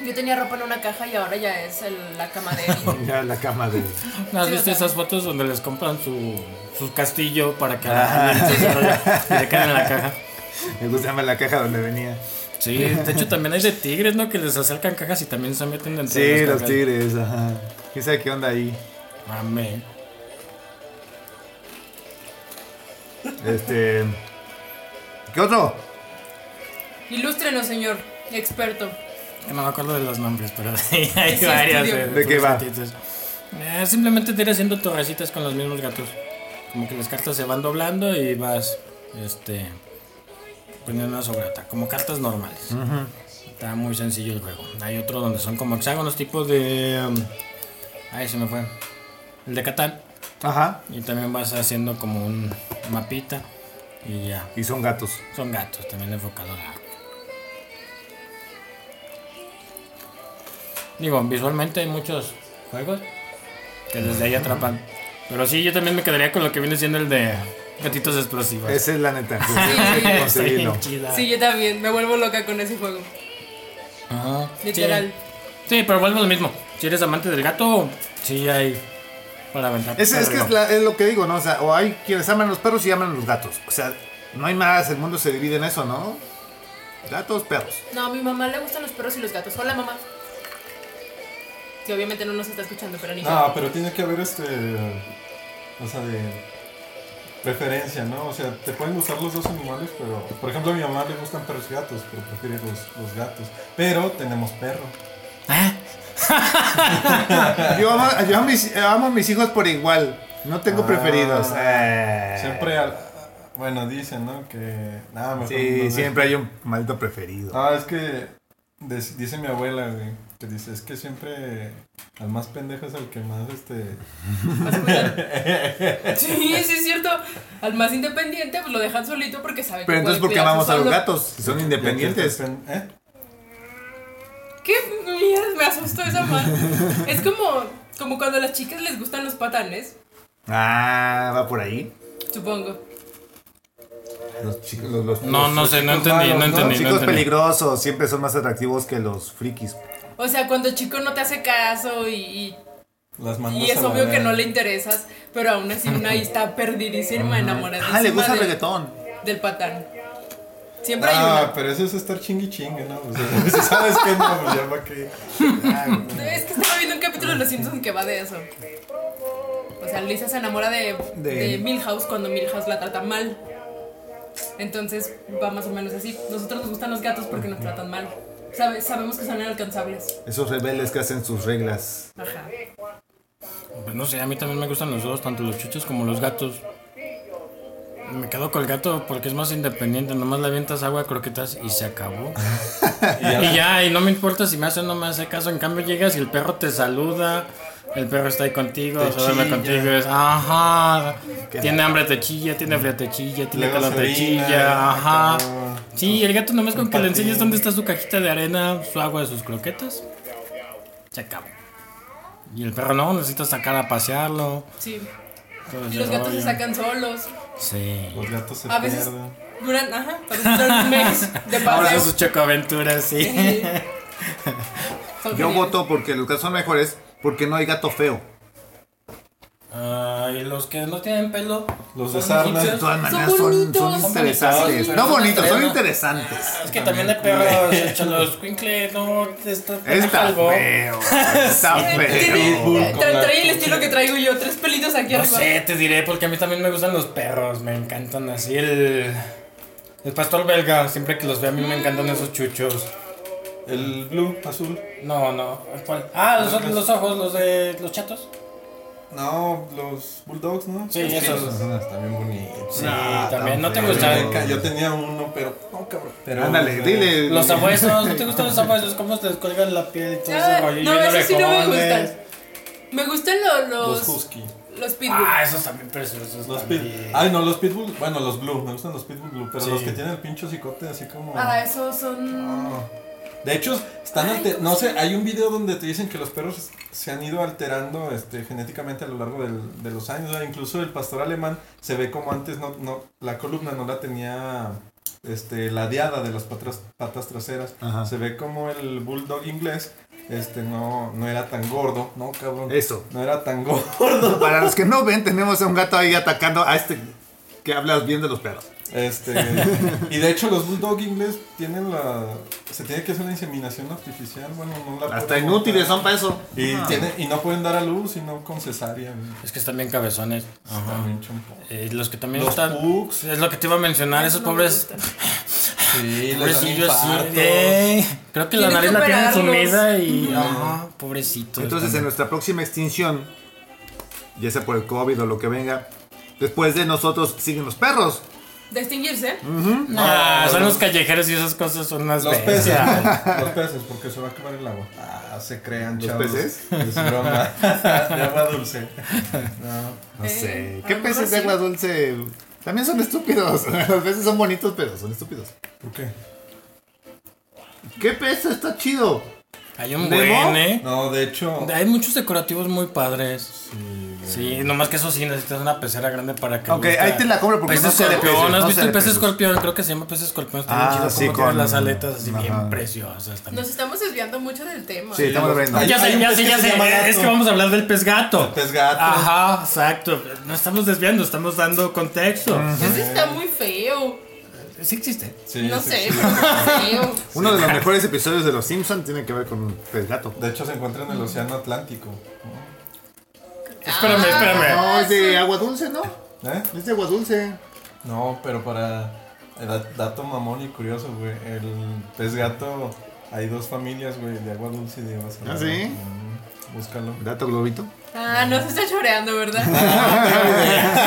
Speaker 3: Yo tenía ropa en una caja y ahora ya es el- la cama de Eddie.
Speaker 1: Ya la cama de.
Speaker 4: ¿No has
Speaker 3: Sí,
Speaker 4: visto
Speaker 3: o sea.
Speaker 4: esas fotos donde les compran su, su castillo para que
Speaker 1: Ah.
Speaker 4: la y le caen en la caja?
Speaker 1: Me gusta más la caja donde venía.
Speaker 4: Sí, de hecho también hay de tigres, ¿no? Que les acercan cajas y también se meten dentro de
Speaker 1: Sí,
Speaker 4: las
Speaker 1: los
Speaker 4: cajas.
Speaker 1: tigres, ajá. ¿Quién sabe qué onda ahí?
Speaker 4: Amén.
Speaker 1: Este. ¿Qué otro?
Speaker 3: Ilústrenos, señor experto.
Speaker 4: Que No me acuerdo de los nombres, pero sí, hay
Speaker 3: Sí,
Speaker 4: varias.
Speaker 3: estudio.
Speaker 4: eh,
Speaker 1: ¿De qué va?
Speaker 4: torrecitas. Eh, simplemente te ir haciendo torrecitas con los mismos gatos. Como que las cartas se van doblando y vas este, poniendo una sobrata. Como cartas normales. Está muy sencillo el juego. Hay otro donde son como hexágonos, tipo de. um, ay, se me fue. El de Catán.
Speaker 1: Ajá.
Speaker 4: Y también vas haciendo como un mapita. Y ya.
Speaker 1: Y son gatos.
Speaker 4: Son gatos, también enfocados a. Digo, visualmente hay muchos juegos que desde ahí atrapan. Pero sí, yo también me quedaría con lo que viene siendo el de gatitos explosivos.
Speaker 1: Esa es la neta.
Speaker 4: Está bien
Speaker 1: Conseguirlo.
Speaker 4: chida.
Speaker 3: Sí, yo también. Me vuelvo loca con ese juego.
Speaker 4: Ajá,
Speaker 3: Literal.
Speaker 4: Sí. Sí, pero vuelvo a lo mismo. Si eres amante del gato, sí hay para aventar.
Speaker 1: Es, es que es, la- es lo que digo, ¿no? O sea, o hay quienes aman a los perros y aman a los gatos. O sea, no hay más, el mundo se divide en eso, ¿no? Gatos, perros.
Speaker 3: No, a mi mamá le gustan los perros y los gatos. Hola, mamá. Que obviamente no nos está escuchando, pero ni
Speaker 2: No, Ah, pero tiene que haber este. O sea, de. Preferencia, ¿no? O sea, te pueden gustar los dos animales, pero. Por ejemplo, a mi mamá le gustan perros y gatos, pero prefiere los, los gatos. Pero tenemos perro.
Speaker 4: Ah,
Speaker 1: Yo amo, yo amo mis, amo a mis hijos por igual. No tengo
Speaker 2: Ah.
Speaker 1: preferidos. Eh.
Speaker 2: Siempre. al- Bueno, dicen, ¿no? Que. Nada, mejor. no Ah,
Speaker 1: Sí,
Speaker 2: sé.
Speaker 1: siempre hay un maldito preferido.
Speaker 2: No, es que. des- dice mi abuela, güey. Que dice, es que siempre. Al más pendejo es al que más este.
Speaker 3: Sí, sí es cierto. Al más independiente, pues lo dejan solito porque sabe que
Speaker 1: Pero entonces, ¿por
Speaker 3: puede
Speaker 1: qué
Speaker 3: cuidarse
Speaker 1: amamos a los
Speaker 3: solo.
Speaker 1: gatos? Si son independientes.
Speaker 2: ¿Eh?
Speaker 3: ¿Qué mierda? Me asustó esa mano. es como, como cuando a las chicas les gustan los patanes,
Speaker 1: Ah, va por ahí.
Speaker 3: supongo.
Speaker 1: Los chicos, los, los-
Speaker 4: no,
Speaker 1: los-
Speaker 4: no sé, no
Speaker 2: chicos
Speaker 4: entendí,
Speaker 2: malos,
Speaker 4: no
Speaker 2: ¿no?
Speaker 1: los
Speaker 4: entendí. no
Speaker 1: chicos
Speaker 4: entendí.
Speaker 1: peligrosos siempre son más atractivos que los frikis.
Speaker 3: O sea, cuando el chico no te hace caso y, y-
Speaker 2: Las
Speaker 3: y
Speaker 2: mandas
Speaker 3: es
Speaker 2: a la
Speaker 3: obvio que
Speaker 2: verga.
Speaker 3: no le interesas, pero aún así una ahí está perdidísima, enamoradísima
Speaker 1: Ah, le gusta el
Speaker 3: del,
Speaker 1: reggaetón.
Speaker 3: del patán. Siempre hay
Speaker 2: Ah,
Speaker 3: una.
Speaker 2: pero eso es estar chingui chingue, ¿no? O sea, si sabes que no, pues ya va que.
Speaker 3: Es que estaba viendo un capítulo de Los Simpsons que va de eso. O sea, Lisa se enamora de,
Speaker 1: De-
Speaker 3: de Milhouse cuando Milhouse la trata mal. Entonces va más o menos así. Nosotros nos gustan los gatos porque nos tratan mal. Sabe- sabemos que son inalcanzables.
Speaker 1: Esos rebeldes que hacen sus reglas.
Speaker 3: Ajá.
Speaker 4: Pues no sé, a mí también me gustan los dos, tanto los chuchos como los gatos. Me quedo con el gato porque es más independiente, nomás le avientas agua, croquetas y se acabó. y ya, y no me importa si me hace o no me hace caso, en cambio llegas y el perro te saluda, el perro está ahí contigo,
Speaker 2: Te
Speaker 4: se duerme
Speaker 2: chilla.
Speaker 4: contigo, es, ajá, tiene hambre te chilla, tiene frío te chilla, tiene
Speaker 2: Luego
Speaker 4: calor
Speaker 2: se
Speaker 4: te
Speaker 2: orina,
Speaker 4: chilla, ajá.
Speaker 2: acabó.
Speaker 4: Sí, el gato nomás con que le
Speaker 2: patín.
Speaker 4: enseñes dónde está su cajita de arena, su agua, sus croquetas, se acabó. Y el perro no, necesitas sacar a pasearlo.
Speaker 3: Sí.
Speaker 4: todo
Speaker 3: Y
Speaker 4: ese
Speaker 3: los gatos se
Speaker 4: rollo.
Speaker 3: sacan solos.
Speaker 4: Sí.
Speaker 2: Los gatos se
Speaker 3: A veces
Speaker 2: pierden.
Speaker 3: duran, ajá, a veces duran un mes de
Speaker 4: Ahora
Speaker 3: paseo.
Speaker 4: son sus chocoaventuras, sí.
Speaker 3: Sí. Son
Speaker 1: Yo
Speaker 3: geniales.
Speaker 1: voto porque los que son mejores, porque no hay gato feo.
Speaker 4: Ah, y los que no tienen pelo.
Speaker 2: Los
Speaker 4: son
Speaker 2: desarman.
Speaker 1: De
Speaker 4: egipcios.
Speaker 1: todas maneras son,
Speaker 3: bonitos.
Speaker 1: son
Speaker 3: Son
Speaker 1: interesantes.
Speaker 4: bonitos, pero
Speaker 1: No
Speaker 4: son
Speaker 1: bonitos, son
Speaker 4: estrenos.
Speaker 1: interesantes.
Speaker 4: Es que también de perros, cholos, cuincle, no, está
Speaker 1: Está feo. Está feo.
Speaker 3: Tiene- tra- trae el estilo que traigo yo, tres pelitos aquí
Speaker 4: No
Speaker 3: arriba.
Speaker 4: sé, te diré, porque a mí también me gustan los perros, me encantan así el... El pastor belga, siempre que los veo a mí me encantan esos chuchos.
Speaker 2: El blue, azul.
Speaker 4: No, no, ¿cuál? Ah, los, otros- los ojos, los de los chatos.
Speaker 2: No, los bulldogs, ¿no?
Speaker 4: Sí,
Speaker 2: Es que
Speaker 4: esos.
Speaker 2: los son también bonitos.
Speaker 4: Sí, Pues
Speaker 1: Ah,
Speaker 4: también,
Speaker 1: tan
Speaker 4: no te
Speaker 1: feo.
Speaker 4: gustan.
Speaker 2: Ca- Yo tenía uno, pero. No, cabrón. Pero,
Speaker 1: Ándale,
Speaker 2: pero-
Speaker 1: dile.
Speaker 4: Los abuesos, ¿no te gustan los abuesos? ¿Cómo te descuelgan la piel y todo
Speaker 3: Ah,
Speaker 4: ese rollo? Y
Speaker 3: no,
Speaker 4: bien
Speaker 3: esos sí no me
Speaker 4: orejones.
Speaker 3: gustan. Me gustan lo-
Speaker 2: Los
Speaker 3: los. Los,
Speaker 2: husky.
Speaker 3: pitbull.
Speaker 4: Ah, esos también preciosos.
Speaker 2: Los pit.
Speaker 4: también.
Speaker 2: Ay, no, los pitbull. Bueno, los blue. Me gustan los pitbull blue. Pero
Speaker 4: Sí.
Speaker 2: los que tienen el pincho cicote así como.
Speaker 3: Ah, esos son.
Speaker 2: No. De hecho, están alter- no sé, hay un video donde te dicen que los perros se han ido alterando este, genéticamente a lo largo del- de los años. ¿verdad? Incluso el pastor alemán se ve como antes no, no, la columna no la tenía este, ladeada de las patas, patas traseras.
Speaker 1: Ajá.
Speaker 2: Se ve como el bulldog inglés este, no, no era tan gordo, ¿no, cabrón?
Speaker 1: Eso.
Speaker 2: No era tan gordo.
Speaker 1: Para los que no ven, tenemos a un gato ahí atacando a este que hablas bien de los perros.
Speaker 2: Este, y de hecho los bulldog inglés tienen la... Se tiene que hacer una inseminación artificial, bueno, no la
Speaker 1: Hasta
Speaker 2: pueden
Speaker 1: inútiles
Speaker 2: botar.
Speaker 1: son para eso.
Speaker 2: Y,
Speaker 1: Ah.
Speaker 2: tiene- y no pueden dar a luz, sino con cesárea.
Speaker 4: Es que están bien cabezones.
Speaker 2: También chompo.
Speaker 4: Eh, los que también
Speaker 2: Los
Speaker 4: están...
Speaker 2: pugs.
Speaker 4: Es lo que te iba a mencionar, esos
Speaker 3: no me
Speaker 4: pobres...
Speaker 3: gustan.
Speaker 2: Pues Sí,
Speaker 4: Pobrecillo, sí, eh. Creo que la
Speaker 3: Tienen
Speaker 4: nariz
Speaker 3: que
Speaker 4: la tienen
Speaker 3: operarlos.
Speaker 4: sumida y. ah, Ajá, pobrecito.
Speaker 1: Entonces, en nuestra próxima extinción, ya sea por el COVID o lo que venga, después de nosotros siguen los perros.
Speaker 3: De extinguirse.
Speaker 1: Mm,
Speaker 4: Nah,
Speaker 2: No,
Speaker 4: Ah, son los
Speaker 2: los-
Speaker 4: callejeros y esas cosas son unas
Speaker 2: Los peces.
Speaker 4: bestias.
Speaker 2: Los peces, porque se va a acabar el agua. Ah, se crean,
Speaker 1: ¿Los
Speaker 2: chavos.
Speaker 1: peces?
Speaker 2: Es broma. De agua dulce. No.
Speaker 1: No
Speaker 3: Eh,
Speaker 1: sé.
Speaker 3: a
Speaker 1: ¿Qué
Speaker 3: lo mejor
Speaker 1: peces de
Speaker 3: sí.
Speaker 1: agua dulce? También son estúpidos. A veces son bonitos, pero son estúpidos.
Speaker 2: ¿Por qué?
Speaker 1: ¿Qué pez está chido?
Speaker 4: Hay un
Speaker 1: ¿Nemo?
Speaker 4: buen, eh.
Speaker 2: No, de hecho...
Speaker 4: Hay muchos decorativos muy padres. Sí, nomás que eso sí, necesitas una pecera grande para que.
Speaker 1: Ok,
Speaker 4: luzca.
Speaker 1: ahí te la compro porque
Speaker 4: Pez
Speaker 1: no sé de peces,
Speaker 4: escorpión,
Speaker 1: no
Speaker 4: ¿has
Speaker 1: sé
Speaker 4: visto
Speaker 1: de
Speaker 4: el pez
Speaker 1: peces.
Speaker 4: escorpión? Creo que se llama pez escorpión. Está
Speaker 1: Ah,
Speaker 4: bien chido,
Speaker 1: sí,
Speaker 4: como
Speaker 1: con-
Speaker 4: tiene las aletas así
Speaker 1: Ajá.
Speaker 4: bien preciosas también.
Speaker 3: Nos estamos desviando mucho del tema.
Speaker 1: Sí, estamos viendo.
Speaker 2: Ay,
Speaker 4: Ya
Speaker 2: eh, Hay
Speaker 4: sé,
Speaker 2: un
Speaker 4: ya
Speaker 2: pez
Speaker 4: sé,
Speaker 2: que
Speaker 4: ya
Speaker 2: se
Speaker 4: sé.
Speaker 2: llama gato.
Speaker 4: Es que vamos a hablar del pez gato.
Speaker 2: Pez gato.
Speaker 4: Ajá, exacto. No estamos desviando, estamos dando contexto.
Speaker 2: Mm.
Speaker 3: Ese está muy feo.
Speaker 4: Sí existe.
Speaker 2: Sí,
Speaker 3: no
Speaker 2: sí,
Speaker 3: sé,
Speaker 2: sí.
Speaker 3: pero está feo.
Speaker 1: Uno de los mejores episodios de Los Simpsons tiene que ver con un pez gato.
Speaker 2: De hecho, se encuentra en el océano Atlántico.
Speaker 4: Espérame, espérame.
Speaker 1: No, es de agua dulce, ¿no?
Speaker 2: ¿Eh?
Speaker 1: Es de agua dulce.
Speaker 2: No, pero para eh, da- dato mamón y curioso, güey, el pez gato, hay dos familias, güey, de agua dulce y de agua salada.
Speaker 1: ¿Ah, sí?
Speaker 2: Mm, Búscalo.
Speaker 1: Dato globito.
Speaker 3: Ah, no se está choreando, ¿verdad?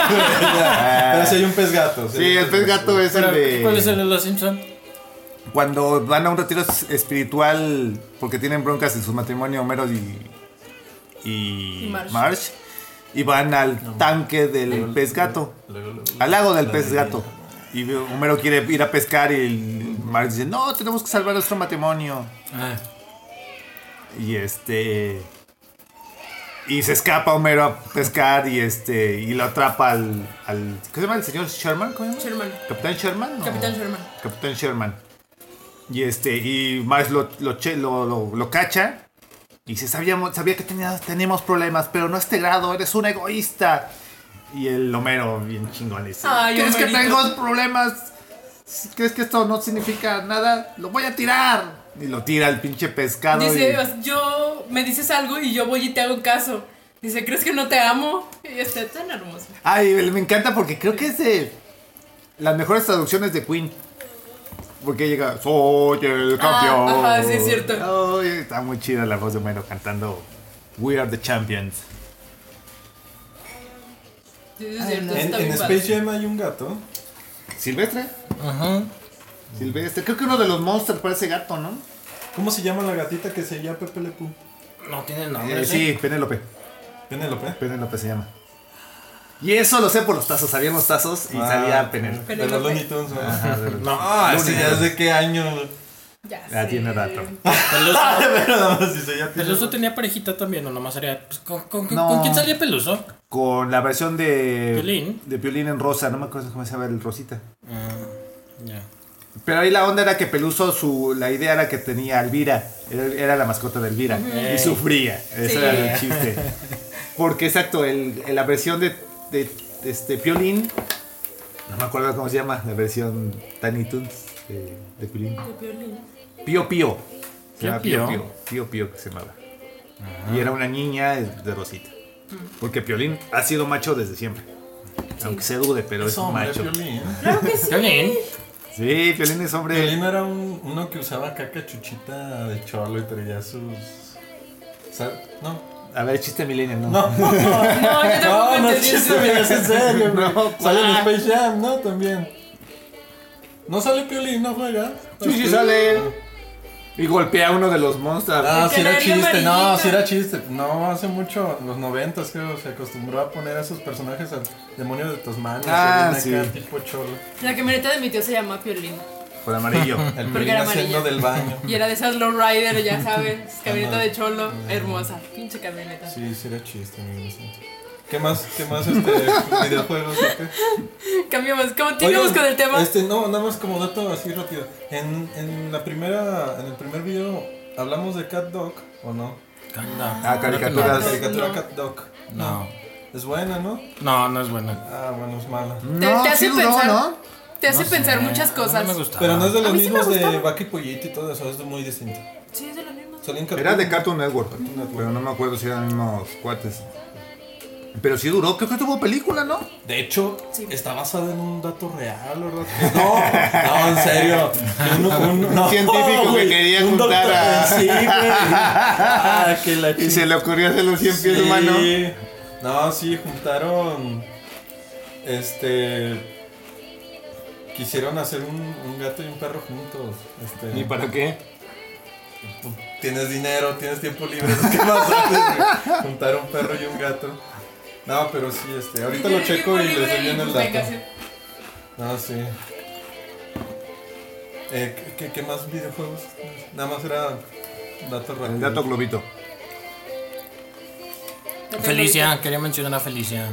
Speaker 2: pero si hay un pez gato.
Speaker 1: Ah.
Speaker 2: sí hay
Speaker 1: Sí,
Speaker 2: un
Speaker 1: el pez gato es el de...
Speaker 4: ¿Cuál es el de los Simpson?
Speaker 1: Cuando van a un retiro es- espiritual porque tienen broncas en su matrimonio Homero y, y
Speaker 3: Y Marsh.
Speaker 1: Marsh y van al tanque del pez gato,
Speaker 2: Luego, luego.
Speaker 1: al lago del
Speaker 2: La
Speaker 1: pez
Speaker 2: bebida.
Speaker 1: gato. Y Homero quiere ir a pescar y el- Marsh dice, no, tenemos que salvar nuestro matrimonio.
Speaker 4: Ah,
Speaker 1: Y este... Y se escapa Homero a pescar y este y lo atrapa al... al ¿Qué se llama el señor Sherman? ¿Cómo se llama?
Speaker 3: Sherman.
Speaker 1: ¿Capitán Sherman? ¿no?
Speaker 3: Capitán Sherman.
Speaker 1: Capitán Sherman. Y este, y Marsh lo, lo, che- lo, lo- lo cacha. Y dice, sabíamos, sabía que tenías, teníamos problemas, pero no a este grado, eres un egoísta. Y el Homero, bien chingón, le dice,
Speaker 3: Ay,
Speaker 1: ¿crees que
Speaker 3: Homerito.
Speaker 1: tengo problemas? ¿Crees que esto no significa nada? ¡Lo voy a tirar! Y lo tira el pinche pescado.
Speaker 3: Dice,
Speaker 1: y-
Speaker 3: yo me dices algo y yo voy y te hago caso. Dice, ¿crees que no te amo? Y está tan hermoso.
Speaker 1: Ay, me encanta porque creo que es de las mejores traducciones de Queen. Porque llega, soy el campeón.
Speaker 3: Ah, ajá, sí, es cierto.
Speaker 1: Ay, está muy chida la voz de Homero cantando We Are the Champions.
Speaker 3: Sí, sí, es cierto,
Speaker 2: En,
Speaker 3: está
Speaker 2: en
Speaker 3: bien padre.
Speaker 2: Space Jam hay un gato.
Speaker 1: Silvestre.
Speaker 4: Ajá.
Speaker 1: Silvestre. Creo que uno de los monsters parece gato, ¿no?
Speaker 2: ¿Cómo se llama la gatita que se llama Pepe Le Pew?
Speaker 4: No tiene
Speaker 1: Eh,
Speaker 4: nombre. ¿sí?
Speaker 1: sí, Penélope.
Speaker 2: Penélope.
Speaker 1: Penélope se llama. Y eso lo sé por los tazos. Había unos tazos y salía Penélope.
Speaker 2: Ah, De los
Speaker 3: Penélope.
Speaker 2: Looney Tunes. ¿no?
Speaker 1: Ah, Ajá, de los-
Speaker 4: No,
Speaker 2: Ah, ese
Speaker 1: Looney
Speaker 2: ya es
Speaker 1: Tunes.
Speaker 2: de qué año.
Speaker 3: Ya
Speaker 1: Ya
Speaker 3: sé.
Speaker 1: tiene rato.
Speaker 4: Peluso,
Speaker 2: Pero nada más dice, ya tiene-
Speaker 4: Peluso tenía parejita también, o nomás era. pues, ¿con, con- con-
Speaker 1: No.
Speaker 4: con quién salía Peluso?
Speaker 1: Con la versión de
Speaker 4: Piolín.
Speaker 1: de Piolín en rosa, no me acuerdo cómo se llama el rosita.
Speaker 4: Ah, ya.
Speaker 1: Pero ahí la onda era que Peluso, su, la idea era que tenía a Elvira, era, era la mascota de Elvira, y sufría, ese
Speaker 3: Sí.
Speaker 1: era el chiste. Porque exacto, el, la versión de, de, este Piolín, no me acuerdo cómo se llama, la versión Tiny Toons de, de Piolín.
Speaker 3: El violín.
Speaker 1: Pío Pío, se llama
Speaker 4: Pío
Speaker 1: Pío
Speaker 4: Pío.
Speaker 1: Pío, Pío Pío que se llamaba. Y era una niña de Rosita. Porque Piolín ha sido macho desde siempre. Aunque se dude, pero es
Speaker 2: Es
Speaker 1: un
Speaker 2: hombre,
Speaker 1: macho.
Speaker 2: Piolín.
Speaker 3: Claro que sí.
Speaker 4: Está bien.
Speaker 1: Sí, Piolín es hombre.
Speaker 2: Piolín era un- uno que usaba caca chuchita de cholo y traía sus. sal- No,
Speaker 1: A ver, chiste millennial, ¿no?
Speaker 2: no, no,
Speaker 3: No, yo tampoco
Speaker 2: no,
Speaker 3: entendí
Speaker 2: chiste,
Speaker 3: eso.
Speaker 2: güey, es en serio, güey.
Speaker 1: No,
Speaker 2: sale en
Speaker 1: ¿cuál?
Speaker 2: Space Jam, ¿no? También. No sale Piolín, no juega.
Speaker 1: Sí, sí, sale él. Y golpea a uno de los monsters.
Speaker 2: Ah,
Speaker 3: El
Speaker 2: sí era
Speaker 3: canario
Speaker 2: chiste, no,
Speaker 3: amarillito.
Speaker 2: sí era chiste. No, hace mucho, en los noventas creo, se acostumbró a poner a esos personajes al demonio de Tasmania.
Speaker 1: Ah,
Speaker 2: se ven acá,
Speaker 1: sí.
Speaker 2: tipo cholo.
Speaker 3: La camioneta de mi tío se llama Piolín.
Speaker 1: Por amarillo.
Speaker 2: El
Speaker 3: Porque
Speaker 2: Piolín
Speaker 3: era
Speaker 2: haciendo
Speaker 3: amarillo.
Speaker 2: del baño.
Speaker 3: Y era de esas low rider, ya sabes. Camioneta de cholo. Hermosa. Pinche camioneta.
Speaker 2: Sí, sí era chiste, amigo, lo siento. ¿Qué más, qué más este, videojuegos? o qué?
Speaker 3: Cambiamos. Continuamos
Speaker 2: Oigan,
Speaker 3: con el tema.
Speaker 2: Este, no, nada más como dato así rápido. En, en la primera, en el primer video hablamos de Cat Dog, ¿o no?
Speaker 4: Anda.
Speaker 1: Ah,
Speaker 2: La
Speaker 1: caricaturas.
Speaker 2: caricatura
Speaker 3: No.
Speaker 2: Cat Dog.
Speaker 4: No.
Speaker 2: Es buena, ¿no?
Speaker 4: No, no es buena.
Speaker 2: Ah, bueno, es mala.
Speaker 1: Mm.
Speaker 3: Te- te hace
Speaker 1: duró,
Speaker 3: pensar.
Speaker 1: ¿no?
Speaker 3: Te hace
Speaker 4: No
Speaker 3: pensar
Speaker 4: sé,
Speaker 3: muchas
Speaker 4: a mí No me
Speaker 3: cosas.
Speaker 4: gustaba.
Speaker 2: Pero no es de
Speaker 3: A
Speaker 2: los
Speaker 3: mí sí me
Speaker 2: mismos de
Speaker 3: gustaba.
Speaker 2: Vaca y Pollito y todo eso, es muy distinto.
Speaker 3: Sí, es de lo mismo.
Speaker 2: Salía en
Speaker 1: Era de Cartoon
Speaker 2: Cartoon
Speaker 1: Network. Pero no me acuerdo si eran unos cuates. Pero sí duró. Creo que tuvo película, ¿no?
Speaker 2: De hecho,
Speaker 3: Sí.
Speaker 2: está basada en un dato real, ¿verdad? No, no, en serio. Un, un- no,
Speaker 1: científico que
Speaker 2: güey,
Speaker 1: quería
Speaker 2: un
Speaker 1: juntar
Speaker 2: doctor-
Speaker 1: a-
Speaker 2: Sí, güey. Ah, que la
Speaker 1: Y se le ocurrió hacer los 100 pies
Speaker 2: Sí.
Speaker 1: humano.
Speaker 2: No, sí, juntaron. Este. Quisieron hacer un, un gato y un perro juntos. Este,
Speaker 1: ¿Y para qué?
Speaker 2: tú tienes dinero, tienes tiempo libre, ¿qué más haces? güey? Juntar un perro y un gato. No, pero sí, este. Ahorita lo checo y les doy bien
Speaker 3: pues
Speaker 2: el dato. No, sí. Eh, ¿qué, qué- qué más videojuegos? Nada más era datos
Speaker 1: El
Speaker 2: rápidos.
Speaker 1: dato globito.
Speaker 4: Felicia, quería mencionar a Felicia.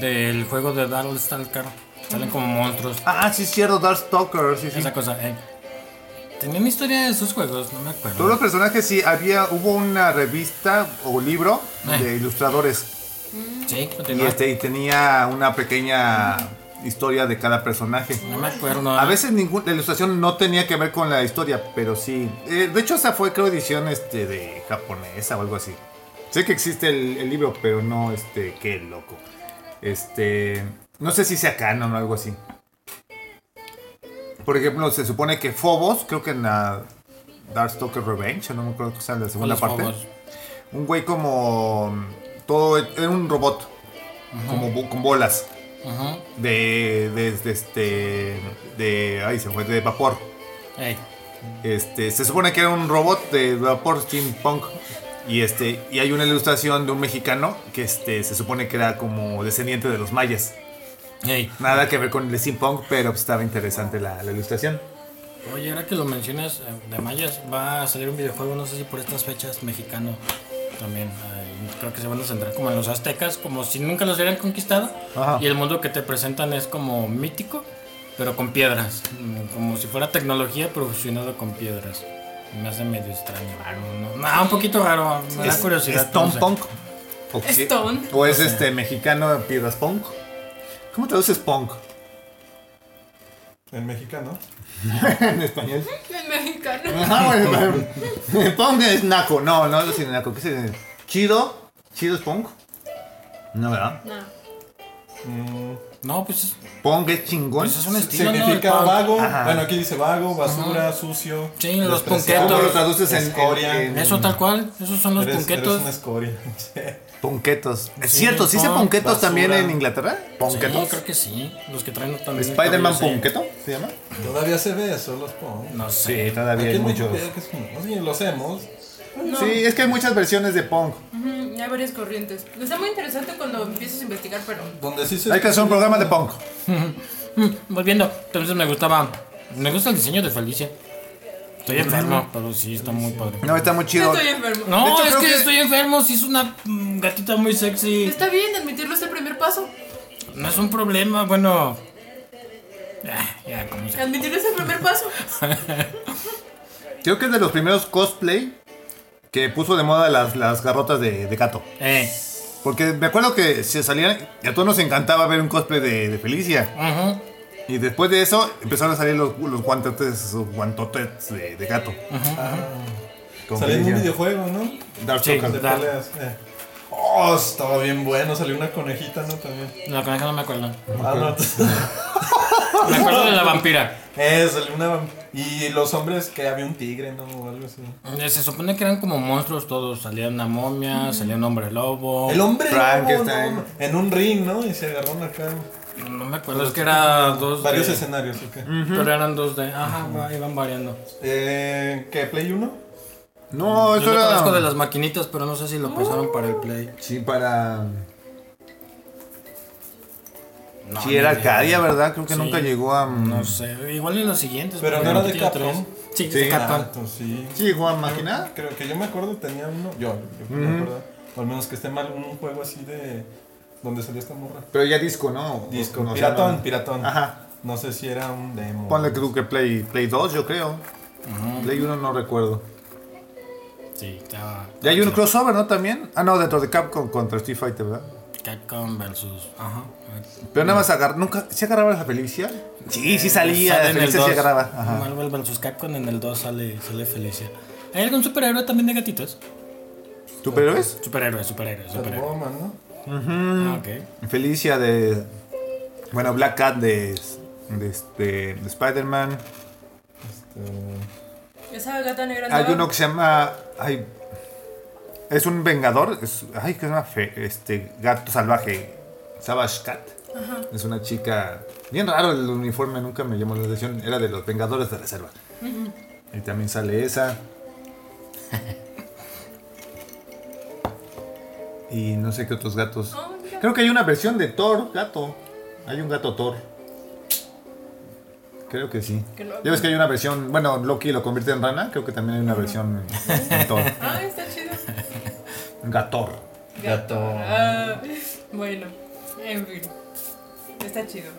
Speaker 4: Del juego de Battlestalker. Salen como monstruos.
Speaker 1: Ah, sí, es cierto. Darkstalker. Sí, sí.
Speaker 4: Esa cosa. eh. Tenían historia de esos juegos, no me acuerdo.
Speaker 1: Todos los personajes, sí. Había, hubo una revista o libro de ilustradores.
Speaker 4: Sí,
Speaker 1: Y,
Speaker 4: continúa.
Speaker 1: este, y tenía una pequeña historia de cada personaje.
Speaker 4: No me acuerdo.
Speaker 1: A veces ningún, la ilustración no tenía que ver con la historia, pero sí. Eh, de hecho, esa fue, creo, edición este, de japonesa o algo así. Sé que existe el, el libro, pero no, este, qué loco. Este, no sé si sea canon o algo así. Por ejemplo, se supone que Phobos, creo que en la Darkstalker Revenge, no me acuerdo que sea la segunda
Speaker 4: Los
Speaker 1: parte.
Speaker 4: juegos.
Speaker 1: Un güey como. mm, Todo. Era un robot. Como bo- con bolas.
Speaker 4: Ajá.
Speaker 1: De. de, de este. De. Ay, se fue. De vapor.
Speaker 4: Ey.
Speaker 1: Este. Se supone que era un robot de vapor steampunk. Y este. Y hay una ilustración de un mexicano. Que este. Se supone que era como descendiente de los mayas.
Speaker 4: Ey.
Speaker 1: Nada que ver con el steampunk, pero pues estaba interesante la, la ilustración.
Speaker 4: Oye, ahora que lo mencionas eh, de mayas, va a salir un videojuego, no sé si por estas fechas, mexicano también. eh, creo que se van a centrar como en los aztecas, como si nunca los hubieran conquistado.
Speaker 1: Ajá.
Speaker 4: Y el mundo que te presentan es como mítico, pero con piedras. mm, Como si fuera tecnología, pero fusionado con piedras. Me hace medio extraño, raro, ¿no? Ah, un poquito raro, me da curiosidad. no sé.
Speaker 1: Steampunk. ¿O qué?
Speaker 3: Stone.
Speaker 1: O es este mexicano piedras punk. ¿Cómo traduces punk?
Speaker 2: En mexicano.
Speaker 1: en español.
Speaker 3: El mexicano.
Speaker 1: Ajá, bueno, pero- punk es naco. No, no es naco. ¿Qué es ¿Chido? ¿Chido es punk? No, ¿verdad?
Speaker 3: No.
Speaker 2: Mm,
Speaker 4: No, pues es,
Speaker 1: Punk es chingón.
Speaker 4: pues es un estilo, ¿no?
Speaker 2: Este, significa
Speaker 4: El punk.
Speaker 2: vago.
Speaker 1: Ajá.
Speaker 2: Bueno, aquí dice vago, basura, sucio.
Speaker 4: Sí, los
Speaker 2: despreciable.
Speaker 1: ¿Cómo
Speaker 4: punketos.
Speaker 1: lo traduces en,
Speaker 2: Escoria.
Speaker 1: en- en
Speaker 4: Eso tal cual, esos son los
Speaker 2: Eres-
Speaker 4: punquetos.
Speaker 2: eres una escoria.
Speaker 1: punquetos? Es
Speaker 4: Sí,
Speaker 1: cierto, ¿sí se
Speaker 4: punk,
Speaker 1: punquetos
Speaker 2: basura.
Speaker 1: también en Inglaterra?
Speaker 4: Sí,
Speaker 1: ¿Punquetos?
Speaker 4: creo que sí. Los que traen también. el
Speaker 1: ¿Spider-Man
Speaker 4: cabello así.
Speaker 1: punqueto se llama?
Speaker 2: Todavía se ve eso, los pon.
Speaker 4: No sé.
Speaker 1: Sí, todavía hay muchos.
Speaker 2: Sí, los hemos.
Speaker 3: No.
Speaker 1: Sí, es que hay muchas versiones de punk.
Speaker 3: Ujú, Hay varias corrientes. Está muy interesante cuando empiezas a investigar, pero.
Speaker 2: Donde sí se.
Speaker 1: Hay que hacer un programa de punk.
Speaker 4: Mm, volviendo, entonces me gustaba. Me gusta el diseño de Felicia. Estoy enfermo, pero sí está muy padre.
Speaker 1: No, está muy chido.
Speaker 3: Estoy enfermo.
Speaker 4: No,
Speaker 1: De hecho,
Speaker 4: es
Speaker 1: creo
Speaker 4: que,
Speaker 1: que-
Speaker 4: estoy enfermo, si es una mm, gatita muy sexy.
Speaker 3: Está bien, admitirlo es el primer paso.
Speaker 4: No es un problema, bueno. Ah, ya, como sea.
Speaker 3: Admitirlo es el primer paso.
Speaker 1: Creo que es de los primeros cosplay que puso de moda las, las garrotas de, de gato.
Speaker 4: Eh,
Speaker 1: Porque me acuerdo que se salían, y a todos nos encantaba ver un cosplay de, de Felicia.
Speaker 4: ajá.
Speaker 1: Y después de eso empezaron a salir los, los guantotes, los guantotes de, de gato. Con
Speaker 2: Salió en un
Speaker 1: Felicia.
Speaker 2: videojuego, ¿no?
Speaker 1: Dark
Speaker 4: Sí.
Speaker 1: Souls.
Speaker 2: De
Speaker 4: Dark.
Speaker 2: peleas. eh. Oh, estaba bien bueno. Salió una conejita, ¿no? También.
Speaker 4: La coneja no me acuerdo.
Speaker 2: Ah, no.
Speaker 4: Me acuerdo de la vampira.
Speaker 2: Eh, salió una. Y los hombres que había un tigre, ¿no? O algo así.
Speaker 4: Eh, Se supone que eran como monstruos todos. Salía una momia, salía un hombre lobo.
Speaker 2: El hombre lobo,
Speaker 1: Frankenstein.
Speaker 2: ¿no? en un ring, ¿no? Y se agarraron acá.
Speaker 4: No me acuerdo, es que era dos. de-
Speaker 2: Varios escenarios, ¿ok?
Speaker 4: Pero eran dos de. Ajá, va, iban variando.
Speaker 2: Eh, ¿Qué? ¿Play 1?
Speaker 1: No,
Speaker 4: Yo
Speaker 1: eso
Speaker 4: lo conozco de
Speaker 1: era...
Speaker 4: las maquinitas, pero no sé si lo pasaron para el play.
Speaker 1: Sí, para...
Speaker 4: No,
Speaker 1: sí, era
Speaker 4: ni idea.
Speaker 1: Arcadia, ¿verdad? Creo que
Speaker 4: Ah, Sí.
Speaker 1: nunca llegó a... mm,
Speaker 4: No sé, igual en los siguientes.
Speaker 2: Pero
Speaker 4: porque
Speaker 2: no era de
Speaker 4: tenía
Speaker 2: Capcom.
Speaker 4: tres. Sí,
Speaker 1: Sí,
Speaker 4: de Capcom.
Speaker 2: Exacto, sí. Ah,
Speaker 1: Sí, llegó a máquina.
Speaker 2: Creo que yo me acuerdo tenía uno. Yo, yo me acuerdo. O al menos que esté mal un juego así de. donde salió esta morra.
Speaker 1: Pero ya disco, ¿no?
Speaker 2: Disco.
Speaker 1: No,
Speaker 2: piratón,
Speaker 1: no.
Speaker 2: piratón.
Speaker 1: Ajá.
Speaker 2: No sé si era un demo.
Speaker 1: Ponle que tú que Play, Play 2, yo creo. Play 1 no recuerdo.
Speaker 4: Sí, estaba.
Speaker 1: Y hay un crossover, ¿no? También. Ah, no, dentro de Capcom contra Street Fighter, ¿verdad?
Speaker 4: Capcom versus. Ajá.
Speaker 1: Pero nada más agarrar. ¿Nunca se agarraba la Felicia? Sí, sí salía.
Speaker 4: Eh, Sale
Speaker 1: La
Speaker 4: en el
Speaker 1: Felicia sí
Speaker 4: 2.
Speaker 1: agarraba. Ajá.
Speaker 4: Marvel versus Capcom en el 2 sale, sale Felicia. ¿Hay algún superhéroe también de gatitos?
Speaker 1: ¿Superhéroes?
Speaker 4: Superhéroe, superhéroe, superhéroe.
Speaker 2: Batwoman, ¿no?
Speaker 4: Ah, ok.
Speaker 1: Felicia de. Bueno, Black Cat de. De, este- de Spider-Man.
Speaker 2: Este,
Speaker 3: Esa gata negra
Speaker 1: Hay
Speaker 3: andaba-
Speaker 1: uno que se llama. ay, es un vengador. Es, ay, que se llama Fe- este, Gato Salvaje. Savage Cat. Es una chica. Bien raro el uniforme, nunca me llamó la atención. Era de los Vengadores de Reserva. Y también sale esa. y no sé qué otros gatos.
Speaker 3: Oh, mira.
Speaker 1: Creo que hay una versión de Thor, gato. Hay un gato Thor. Creo que sí.
Speaker 3: Qué loco.
Speaker 1: Ya ves que hay una versión, bueno, Loki lo convierte en rana, creo que también hay una versión en Thor.
Speaker 3: Ah, está chido.
Speaker 1: Gator.
Speaker 2: Gato.
Speaker 3: Ah, bueno, en fin. Está chido.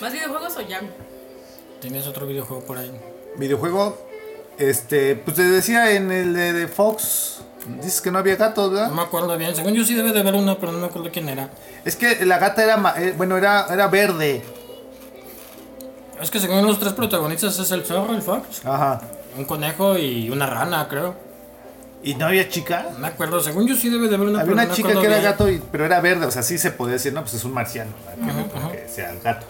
Speaker 3: ¿Más videojuegos o ya?
Speaker 4: ¿Tenías otro videojuego por ahí?
Speaker 1: Videojuego, este, pues te decía en el de, de Fox, dices que no había gatos,
Speaker 4: No
Speaker 1: ¿verdad?
Speaker 4: me acuerdo bien. Según yo sí debe de haber una, pero no me acuerdo quién era.
Speaker 1: Es que la gata era, ma- eh, bueno, era, era verde.
Speaker 4: Es que según los tres protagonistas es el zorro, el fox,
Speaker 1: Ajá.
Speaker 4: un conejo y una rana, creo.
Speaker 1: ¿Y no había chica?
Speaker 4: No me acuerdo. Según yo sí debe de haber una,
Speaker 1: Había
Speaker 4: pero no
Speaker 1: una
Speaker 4: me
Speaker 1: chica
Speaker 4: acuerdo
Speaker 1: que era
Speaker 4: bien.
Speaker 1: gato, y- pero era verde, o sea, sí se podía decir, no, pues es un marciano, ¿verdad? que, no creo que sea gato.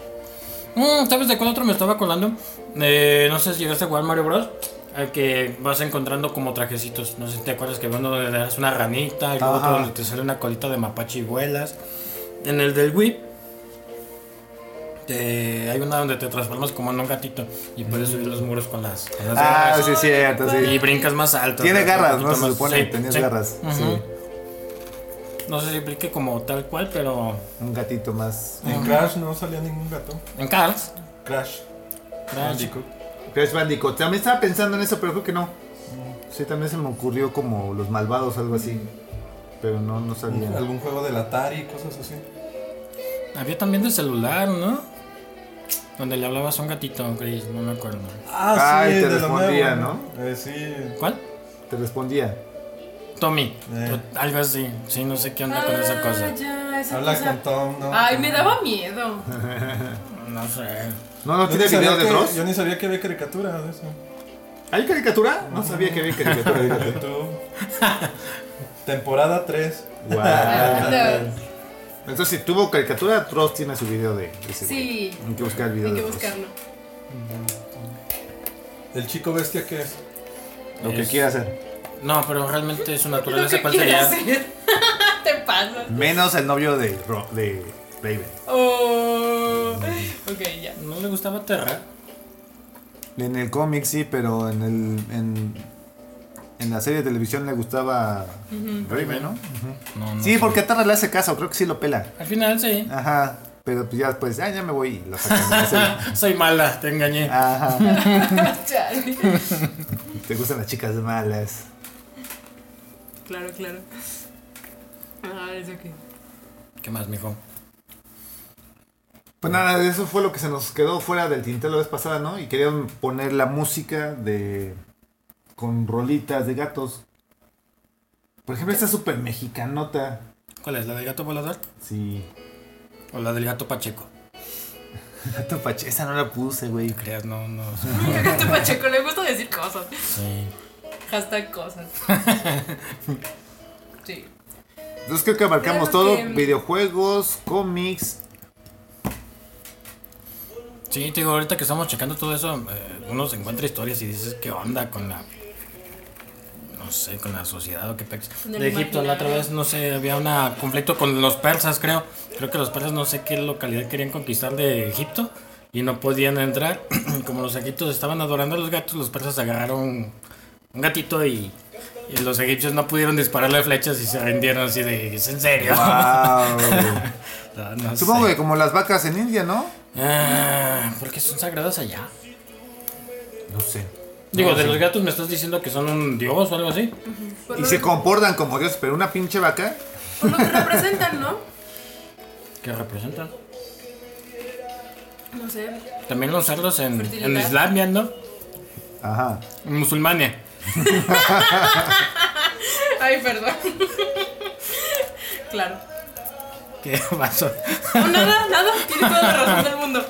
Speaker 4: Mm, ¿Sabes de cuál otro me estaba colando? Eh, no sé si llegaste a jugar Mario Bros. Al que vas encontrando como trajecitos. No sé si te acuerdas que uno donde le das una ranita, y luego
Speaker 1: Ajá.
Speaker 4: otro donde te sale una colita de mapache y vuelas. En el del Wii. te- hay una donde te transformas como en un gatito y puedes subir los muros con las, con las
Speaker 1: Ah,
Speaker 4: garras.
Speaker 1: sí, es cierto,
Speaker 4: Y
Speaker 1: sí.
Speaker 4: brincas más alto.
Speaker 1: Tiene
Speaker 4: o sea,
Speaker 1: garras,
Speaker 4: un poquito
Speaker 1: ¿no? Se
Speaker 4: más-
Speaker 1: supone que tenías garras,
Speaker 4: Ujú.
Speaker 1: sí.
Speaker 4: No sé si explique como tal cual, pero
Speaker 1: Un gatito más.
Speaker 2: En Crash no salía ningún gato.
Speaker 4: en Cars.
Speaker 2: Crash.
Speaker 1: Ah,
Speaker 2: Bandicoot.
Speaker 1: Crash Bandicoot. También estaba pensando en eso, pero creo que no. Sí, también se me ocurrió como los malvados, algo así. Pero no, no sabía.
Speaker 2: Algún juego del Atari, cosas así.
Speaker 4: Había también de celular, ¿no? Donde le hablabas a un gatito gris, no me acuerdo.
Speaker 2: Ah,
Speaker 1: Ah, y te
Speaker 2: de la
Speaker 1: respondía,
Speaker 2: nueva, Eh, sí.
Speaker 4: ¿Cuál?
Speaker 1: Te respondía.
Speaker 4: Tommy.
Speaker 2: Eh.
Speaker 4: o Algo así. Sí, no sé qué onda con esa
Speaker 3: Ah,
Speaker 4: cosa.
Speaker 3: ya, esa
Speaker 2: Habla
Speaker 3: cosa.
Speaker 2: con Tom, ¿no?
Speaker 3: Ay, me daba miedo.
Speaker 1: Ah,
Speaker 3: Ah.
Speaker 4: No sé.
Speaker 1: No, no
Speaker 2: Yo ni,
Speaker 1: tiene video
Speaker 2: sabía
Speaker 1: de
Speaker 2: que,
Speaker 1: Dross.
Speaker 2: yo ni sabía que había caricatura de eso.
Speaker 1: ¿Hay caricatura? No sabía que había caricatura.
Speaker 2: YouTube. Temporada 3.
Speaker 1: Guau.
Speaker 3: Ah,
Speaker 1: Entonces, si tuvo caricatura, Dross tiene su video de de ese.
Speaker 3: Sí.
Speaker 1: Hay que buscar el video
Speaker 3: Hay que
Speaker 1: de Dross.
Speaker 3: buscarlo.
Speaker 2: El chico bestia que es.
Speaker 1: Lo que
Speaker 4: Es-
Speaker 1: quiera hacer.
Speaker 4: No, pero realmente su
Speaker 3: Lo
Speaker 4: naturaleza
Speaker 3: que
Speaker 4: cuál
Speaker 3: quieras
Speaker 4: sería.
Speaker 3: hacer. Te pasas.
Speaker 1: Menos el novio de, Ro- de Raven.
Speaker 3: Oh. Ok, ya.
Speaker 4: No le gustaba Terra.
Speaker 1: En el cómic sí, pero en el. En, en la serie de televisión le gustaba Raven, ¿no?
Speaker 4: No, no
Speaker 1: Sí,
Speaker 4: sé.
Speaker 1: porque Tara le hace caso, creo que sí lo pela.
Speaker 4: Al final sí.
Speaker 1: Ajá. Pero pues ya después, ah, ya me voy y la sacan.
Speaker 4: Soy mala, te engañé.
Speaker 1: Ah. Ajá.
Speaker 3: Chale.
Speaker 1: Te gustan las chicas malas.
Speaker 3: Claro, claro. Ah, es ok.
Speaker 4: ¿Qué más, mijo?
Speaker 1: Pues nada, eso fue lo que se nos quedó fuera del tintero la vez pasada, ¿no? Y querían poner la música de. con rolitas de gatos. Por ejemplo, esta súper mexicanota.
Speaker 4: ¿Cuál es? ¿La del gato volador?
Speaker 1: Sí.
Speaker 4: ¿O la del gato pacheco?
Speaker 1: Gato Pache- Esa no la puse, güey.
Speaker 4: No creas, no, no.
Speaker 3: Nunca que a este Pacheco le gusta decir cosas.
Speaker 4: Sí.
Speaker 3: Hashtag cosas. Sí.
Speaker 1: Entonces creo que abarcamos
Speaker 3: Creo
Speaker 1: todo:
Speaker 3: que-
Speaker 1: videojuegos, cómics.
Speaker 4: Sí, te digo, ahorita que estamos checando todo eso, eh, uno se encuentra historias y dices, ¿qué onda con la... No sé, con la sociedad o qué pex.
Speaker 3: Con el
Speaker 4: De Egipto, la otra
Speaker 3: imaginario.
Speaker 4: vez, no sé, había un conflicto con los persas, creo. Creo que los persas no sé qué localidad querían conquistar de Egipto y no podían entrar. Como los egipcios estaban adorando a los gatos, los persas agarraron un gatito y, y los egipcios no pudieron dispararle flechas y se rindieron así de, ¿es en serio?
Speaker 1: ¡Wow!
Speaker 4: No, no
Speaker 1: Supongo
Speaker 4: sé.
Speaker 1: que como las vacas en India, ¿no?
Speaker 4: Ah, porque son sagrados allá.
Speaker 1: No sé.
Speaker 4: Digo,
Speaker 1: No,
Speaker 4: de
Speaker 1: sí.
Speaker 4: los gatos me estás diciendo que son un dios o algo así.
Speaker 3: Por
Speaker 1: Y
Speaker 3: lo,
Speaker 1: se comportan como Dios, pero una pinche vaca.
Speaker 3: por lo que representan, ¿no?
Speaker 4: Que representan.
Speaker 3: No sé.
Speaker 4: También los cerdos en, en
Speaker 3: Fertilidad.
Speaker 4: Islandia, ¿no?
Speaker 1: Ajá.
Speaker 4: En Musulmania.
Speaker 3: Ay, perdón. claro.
Speaker 4: ¿Qué pasó?
Speaker 3: No, nada, nada. Tiene toda la razón del mundo.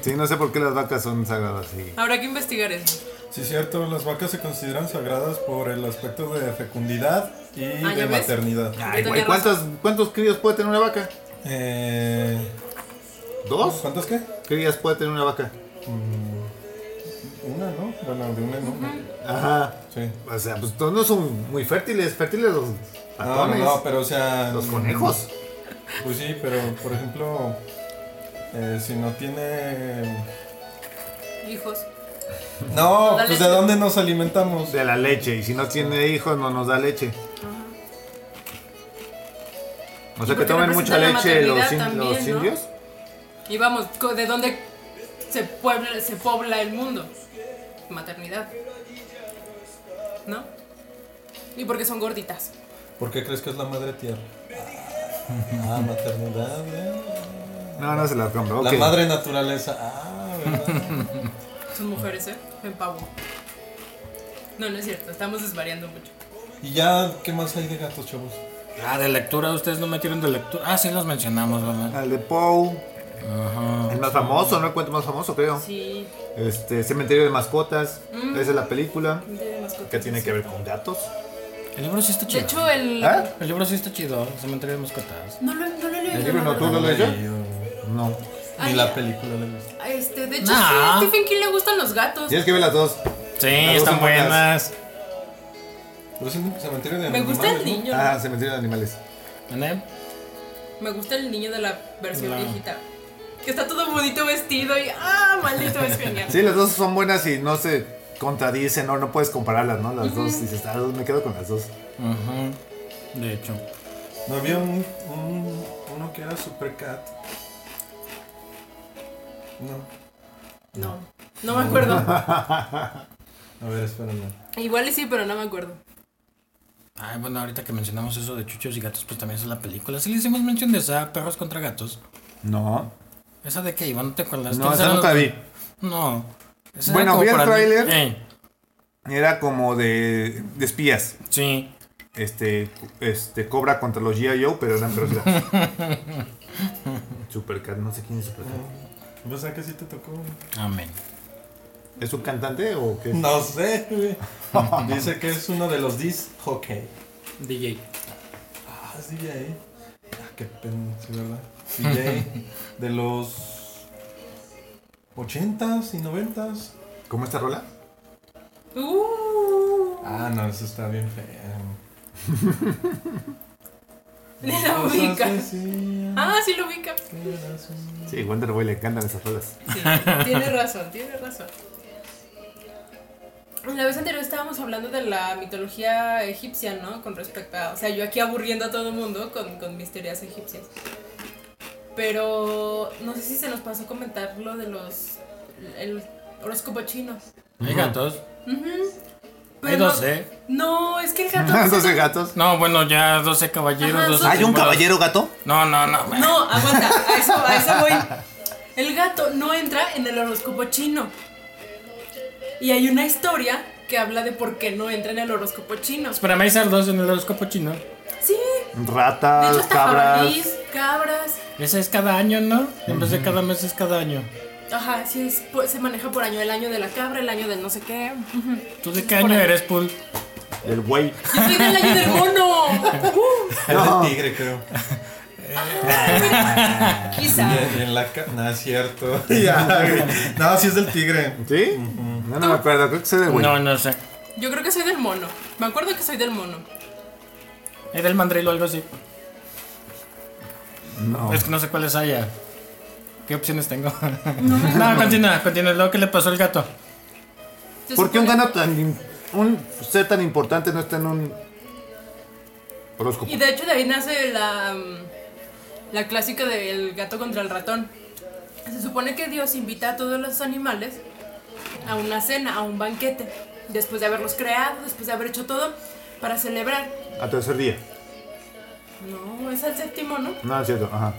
Speaker 1: Sí, no sé por qué las vacas son sagradas. Sí.
Speaker 3: Habrá que investigar eso.
Speaker 2: Sí, cierto, las vacas se consideran sagradas por el aspecto de fecundidad y
Speaker 3: Ah, ¿ya
Speaker 2: de
Speaker 3: ves?
Speaker 2: maternidad.
Speaker 1: Ay,
Speaker 3: Yo
Speaker 1: güey,
Speaker 3: tenía
Speaker 1: ¿cuántos, ¿Cuántos críos puede tener una vaca?
Speaker 2: Eh,
Speaker 1: ¿Dos?
Speaker 2: ¿Cuántas qué?
Speaker 1: crías puede tener una vaca?
Speaker 2: Una, ¿no? Bueno, de una, ¿no?
Speaker 1: Ajá.
Speaker 2: Sí.
Speaker 1: O sea, pues todos no son muy fértiles. Fértiles los
Speaker 2: No, no,
Speaker 1: ratones,
Speaker 2: no, pero o sea.
Speaker 1: los conejos.
Speaker 2: Pues sí, pero por ejemplo, eh, si no tiene.
Speaker 3: Hijos.
Speaker 2: No,
Speaker 3: Dale.
Speaker 2: pues de dónde nos alimentamos.
Speaker 1: De la leche. Y si no tiene hijos, no nos da leche. O sea,
Speaker 3: Y
Speaker 1: que
Speaker 3: porque
Speaker 1: tomen mucha
Speaker 3: representa la
Speaker 1: leche los,
Speaker 3: maternidad
Speaker 1: in- los
Speaker 3: también, ¿no?
Speaker 1: indios.
Speaker 3: Y vamos, co- ¿de dónde se puebla, se pobla el mundo? Maternidad. ¿No? Y porque son gorditas.
Speaker 2: ¿Por qué crees que es la madre tierra? Ah, maternidad, ¿eh?
Speaker 1: No, no se las compro. ok.
Speaker 2: La madre naturaleza. Ah, ¿verdad?
Speaker 3: Son mujeres, ¿eh? Me empavo. No, no es cierto. Estamos desvariando mucho.
Speaker 2: ¿Y ya qué más hay de gatos, chavos?
Speaker 4: Ah, de lectura, ustedes no metieron de lectura. Ah, sí los mencionamos, ¿verdad?
Speaker 1: Al de Poe.
Speaker 4: Ajá.
Speaker 1: El más famoso, ¿no? El cuento más famoso, creo.
Speaker 3: Sí. Mm.
Speaker 1: Este, Cementerio de Mascotas. Esa es la película.
Speaker 3: de mascotas,
Speaker 1: Que tiene
Speaker 3: sí.
Speaker 1: que ver con gatos.
Speaker 4: El libro sí está
Speaker 3: De
Speaker 4: chido.
Speaker 3: hecho, el.
Speaker 1: ¿Ah?
Speaker 4: el libro sí está chido, el cementerio de mascotas.
Speaker 3: No lo, no lo he leído.
Speaker 1: El libro no,
Speaker 3: la
Speaker 1: tú
Speaker 3: verdad.
Speaker 1: lo
Speaker 2: Ni
Speaker 1: lees. No.
Speaker 3: Ay,
Speaker 2: la película la he visto.
Speaker 3: Este, de hecho,
Speaker 4: Nah.
Speaker 3: sí, a Stephen King le gustan los gatos.
Speaker 1: Tienes que ver las dos.
Speaker 4: Sí,
Speaker 1: Las dos
Speaker 4: están
Speaker 1: son buenas.
Speaker 4: buenas.
Speaker 2: Pero es un cementerio de
Speaker 3: Me gusta el
Speaker 2: animales, ¿no?
Speaker 3: niño.
Speaker 1: Ah, Cementerio de Animales.
Speaker 4: ¿Ande?
Speaker 3: Me gusta el niño de la versión
Speaker 4: Claro.
Speaker 3: viejita. Que está todo bonito vestido y. ¡Ah, maldito es genial!
Speaker 1: Sí, las dos son buenas y no se contradicen, no, no puedes compararlas, ¿no? Las dos, dices, ah, me quedo con las dos.
Speaker 4: Ajá. De hecho.
Speaker 2: No había un, un- uno que era Supercat. No.
Speaker 3: No, no me acuerdo.
Speaker 2: A ver, espérame.
Speaker 3: Igual y sí, pero no me acuerdo.
Speaker 4: Ay, Ah, bueno, ahorita que mencionamos eso de chuchos y gatos, pues también esa es la película. Sí le hicimos mención de esa, perros contra gatos.
Speaker 1: No,
Speaker 4: ¿Esa de qué, Iván? ¿No te acuerdas?
Speaker 1: no,
Speaker 4: ¿Quién
Speaker 1: esa
Speaker 4: sabe
Speaker 1: nunca
Speaker 4: lo-
Speaker 1: vi.
Speaker 4: No. Esa
Speaker 1: Bueno,
Speaker 4: era como
Speaker 1: vi el
Speaker 4: para-
Speaker 1: tráiler.
Speaker 4: Eh,
Speaker 1: Era como de, de espías.
Speaker 4: sí.
Speaker 1: Este, este, Cobra contra los G.I. Joe, pero eran perros gatos. Supercat, no sé quién es Supercat.
Speaker 2: Yo sé que sí te tocó.
Speaker 4: Amén.
Speaker 1: ¿Es un cantante o qué? es?
Speaker 2: No sé, güey. Dice que es uno de los disc hockey.
Speaker 4: DJ.
Speaker 2: Ah, es DJ. Ah, qué pena, sí, ¿verdad? DJ de los 80s y 90s.
Speaker 1: ¿Cómo esta rola?
Speaker 3: Uh,
Speaker 2: Ah, no, eso está bien feo.
Speaker 3: ni la ubica.
Speaker 2: Cosas así,
Speaker 3: Ah, sí lo ubica.
Speaker 2: eras un-
Speaker 1: Sí, Wonderboy le encantan esas rolas.
Speaker 3: Sí, tiene razón, tiene razón. La vez anterior estábamos hablando de la mitología egipcia, ¿no? Con respecto a. O sea, yo aquí aburriendo a todo el mundo con, con mis teorías egipcias. Pero no sé si se nos pasó comentar lo de los. el horóscopo chino.
Speaker 4: Hay gatos.
Speaker 3: Ujú.
Speaker 4: Hay
Speaker 3: Pero no-
Speaker 4: 12.
Speaker 3: No, es que el gato.
Speaker 1: Entonces, gatos.
Speaker 4: No, bueno, ya 12 caballeros.
Speaker 3: Ajá,
Speaker 4: 12
Speaker 3: son-
Speaker 1: ¿Hay un
Speaker 4: temporadas.
Speaker 1: caballero gato?
Speaker 4: No, no, no. güey.
Speaker 3: No, aguanta, a eso, a eso voy. El gato no entra en el horóscopo chino. Y hay una historia que habla de por qué no entra en el horóscopo chino.
Speaker 4: Espérame, hay cerdos en el horóscopo chino.
Speaker 3: Sí, de hecho
Speaker 1: Ratas,
Speaker 3: hasta
Speaker 1: cabras.
Speaker 3: jabalís, cabras.
Speaker 4: Ese es cada año, ¿no? En vez de cada mes es cada año.
Speaker 3: Ajá, sí, es- pues, se maneja por año, el año de la cabra, el año del no sé qué. Ujú.
Speaker 4: ¿Tú de qué
Speaker 3: Por
Speaker 4: año
Speaker 3: ahí.
Speaker 4: eres, Pool?
Speaker 1: El güey.
Speaker 3: Yo soy del año del mono. Uh,
Speaker 2: Es
Speaker 1: No.
Speaker 2: de tigre, creo.
Speaker 3: quizá.
Speaker 2: Y en la ca- No, es cierto. no, sí es del tigre.
Speaker 1: ¿Sí? No, no me acuerdo, creo que soy del güey.
Speaker 4: No, no sé.
Speaker 3: Yo creo que soy del mono. Me acuerdo que soy del mono.
Speaker 4: ¿Es del mandril o algo así?
Speaker 1: No.
Speaker 4: Es que no sé cuáles haya. ¿Qué opciones tengo? No, continúa, continúa. Luego, ¿qué le pasó al gato?
Speaker 3: Se
Speaker 1: ¿Por qué un
Speaker 3: supone-
Speaker 1: gano tan im- un ser tan importante no está en un horóscopo?
Speaker 3: Y de hecho de ahí nace la, mm, la clásica del gato contra el ratón. Se supone que Dios invita a todos los animales a una cena, a un banquete, después de haberlos creado, después de haber hecho todo, para celebrar.
Speaker 1: A tercer día.
Speaker 3: No, es al séptimo, ¿no?
Speaker 1: No, es cierto, ajá.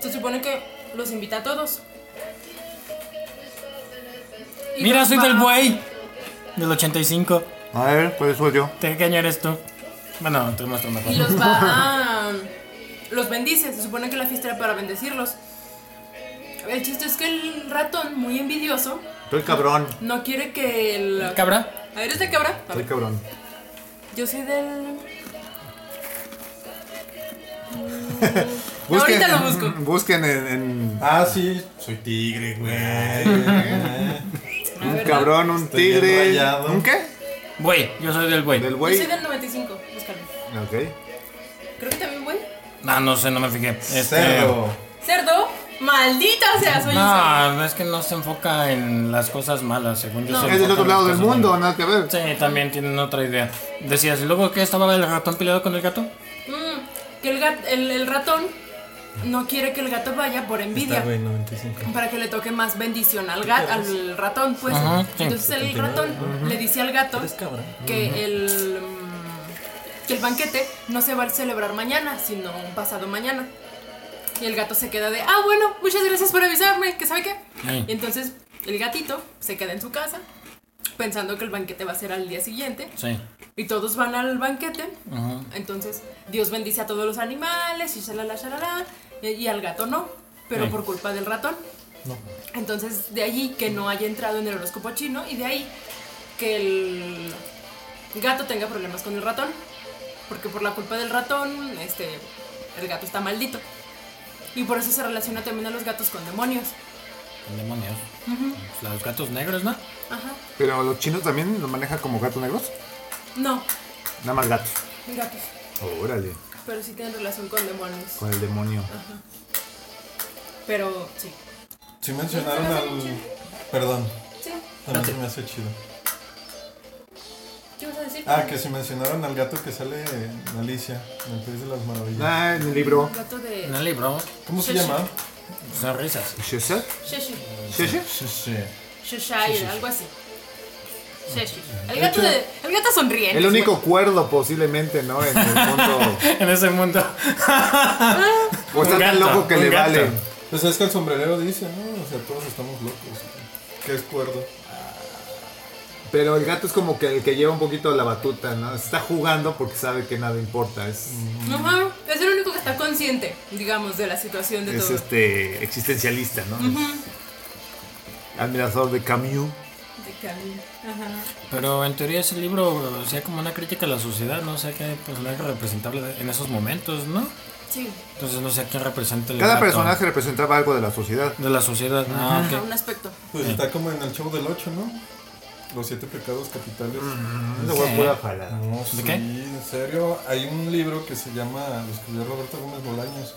Speaker 3: Se supone que los invita a todos. Y
Speaker 4: Mira,
Speaker 3: los
Speaker 4: soy del
Speaker 3: va-
Speaker 4: buey. Del 85.
Speaker 1: A ver, pues soy yo.
Speaker 4: ¿De qué año eres tú? Bueno, tú muestras
Speaker 3: Y
Speaker 4: mejor.
Speaker 3: los va a... Los bendice, se supone que la fiesta era para bendecirlos. El chiste es que el ratón, muy envidioso,
Speaker 1: Soy cabrón.
Speaker 3: No quiere que el.
Speaker 4: ¿Cabra?
Speaker 3: A ver, ¿es de cabra? A
Speaker 1: Soy
Speaker 3: ver,
Speaker 1: cabrón.
Speaker 3: yo soy del.
Speaker 1: Busquen-
Speaker 3: Ahorita lo busco.
Speaker 1: Busquen en, en
Speaker 2: Ah, sí. Soy tigre, güey.
Speaker 3: A
Speaker 1: un
Speaker 3: ver,
Speaker 1: cabrón, un
Speaker 2: Estoy bien
Speaker 1: tigre.
Speaker 2: rayado.
Speaker 1: ¿Un qué?
Speaker 4: Buey, yo soy del buey.
Speaker 1: Del
Speaker 3: Yo soy
Speaker 1: güey.
Speaker 3: del 95, búscalo.
Speaker 1: Ok.
Speaker 3: Creo que también voy.
Speaker 4: No, no sé, no me fijé. Este,
Speaker 2: Cerdo.
Speaker 3: Cerdo, maldita sea, soy un cerdo.
Speaker 4: No, es que no se enfoca en las cosas malas, según yo.
Speaker 3: No.
Speaker 4: se
Speaker 1: Es del
Speaker 4: enfoca
Speaker 1: otro
Speaker 4: en
Speaker 1: lado
Speaker 4: las
Speaker 1: del
Speaker 4: cosas
Speaker 1: mundo, nada
Speaker 4: buenas.
Speaker 1: que ver.
Speaker 4: Sí, también tienen otra idea. Decías, ¿y luego qué estaba el ratón peleado con el gato?
Speaker 3: Mm, que el, gat- el, el ratón no quiere que el gato vaya por envidia.
Speaker 2: Está, güey, 95.
Speaker 3: Para que le toque más bendición al gato, al ratón, pues.
Speaker 4: Ajá, sí.
Speaker 3: Entonces el ratón le dice al gato
Speaker 2: Eres cabra.
Speaker 3: que el mm, que el banquete no se va a celebrar mañana, sino pasado mañana. Y el gato se queda de, ah, bueno, muchas gracias por avisarme, que sabe qué.
Speaker 4: Sí.
Speaker 3: Y entonces el gatito se queda en su casa pensando que el banquete va a ser al día siguiente
Speaker 4: Sí.
Speaker 3: y todos van al banquete.
Speaker 4: Ujú.
Speaker 3: Entonces Dios bendice a todos los animales y shalala, shalala, y, y al gato no, pero
Speaker 4: Sí.
Speaker 3: por culpa del ratón. Entonces, de allí que no haya entrado en el horóscopo chino y de ahí que el gato tenga problemas con el ratón. Porque por la culpa del ratón, este, el gato está maldito. Y por eso se relaciona también a los gatos con demonios.
Speaker 4: Demonios. Los gatos negros, ¿no?
Speaker 3: Ajá.
Speaker 1: Pero los chinos también lo manejan como gatos negros.
Speaker 3: No,
Speaker 1: Nada más gatos.
Speaker 3: gatos.
Speaker 1: Órale,
Speaker 3: Pero sí tienen relación con demonios.
Speaker 1: con el demonio.
Speaker 3: Pero sí.
Speaker 2: Sí mencionaron al. Perdón.
Speaker 3: Sí.
Speaker 2: También se me hace chido.
Speaker 3: ¿Qué vas a decir?
Speaker 2: Ah, que si mencionaron al gato que sale en Alicia, en el País de las Maravillas.
Speaker 1: Ah, en el libro.
Speaker 3: Gato
Speaker 4: En
Speaker 3: de
Speaker 4: el libro.
Speaker 2: ¿Cómo se
Speaker 3: Sí, sí.
Speaker 2: llama?
Speaker 4: Son risas.
Speaker 1: ¿Shesher?
Speaker 3: Cheshire.
Speaker 1: ¿Shesher?
Speaker 2: Sí, sí.
Speaker 3: Cheshire, algo así. Cheshire. El gato de. El gato sonríe.
Speaker 1: El único cuerdo posiblemente, ¿no? En el mundo.
Speaker 4: En ese mundo.
Speaker 1: O está tan
Speaker 4: Un gato,
Speaker 1: loco que
Speaker 4: un
Speaker 1: le
Speaker 4: gato.
Speaker 1: vale.
Speaker 2: Pues es que el sombrerero dice, ¿no? O sea, todos estamos locos. Que es cuerdo.
Speaker 1: Pero el gato es como que el que lleva un poquito la batuta, ¿no? Está jugando porque sabe que nada importa. Es,
Speaker 3: Ajá, es el único que está consciente, digamos, de la situación de
Speaker 1: es
Speaker 3: todo.
Speaker 1: este existencialista, ¿no? Admirador de Camus.
Speaker 3: De Camille. Ajá.
Speaker 4: Pero en teoría ese libro hacía como una crítica a la sociedad, ¿no? O sea, que hay personaje representable en esos momentos, ¿no?
Speaker 3: Sí,
Speaker 4: Entonces no sé a quién representa el
Speaker 1: Cada
Speaker 4: gato
Speaker 1: personaje representaba algo de la sociedad.
Speaker 4: De la sociedad. Ah,
Speaker 3: a
Speaker 4: ok.
Speaker 3: un aspecto.
Speaker 2: Pues está como en el show del 8, ¿no? Los siete pecados capitales.
Speaker 1: No
Speaker 4: Sí.
Speaker 1: voy a jalar.
Speaker 2: No,
Speaker 4: Mm. ¿De
Speaker 2: sí,
Speaker 4: qué?
Speaker 2: en serio. Hay un libro que se llama, lo escribió Roberto Gómez Bolaños.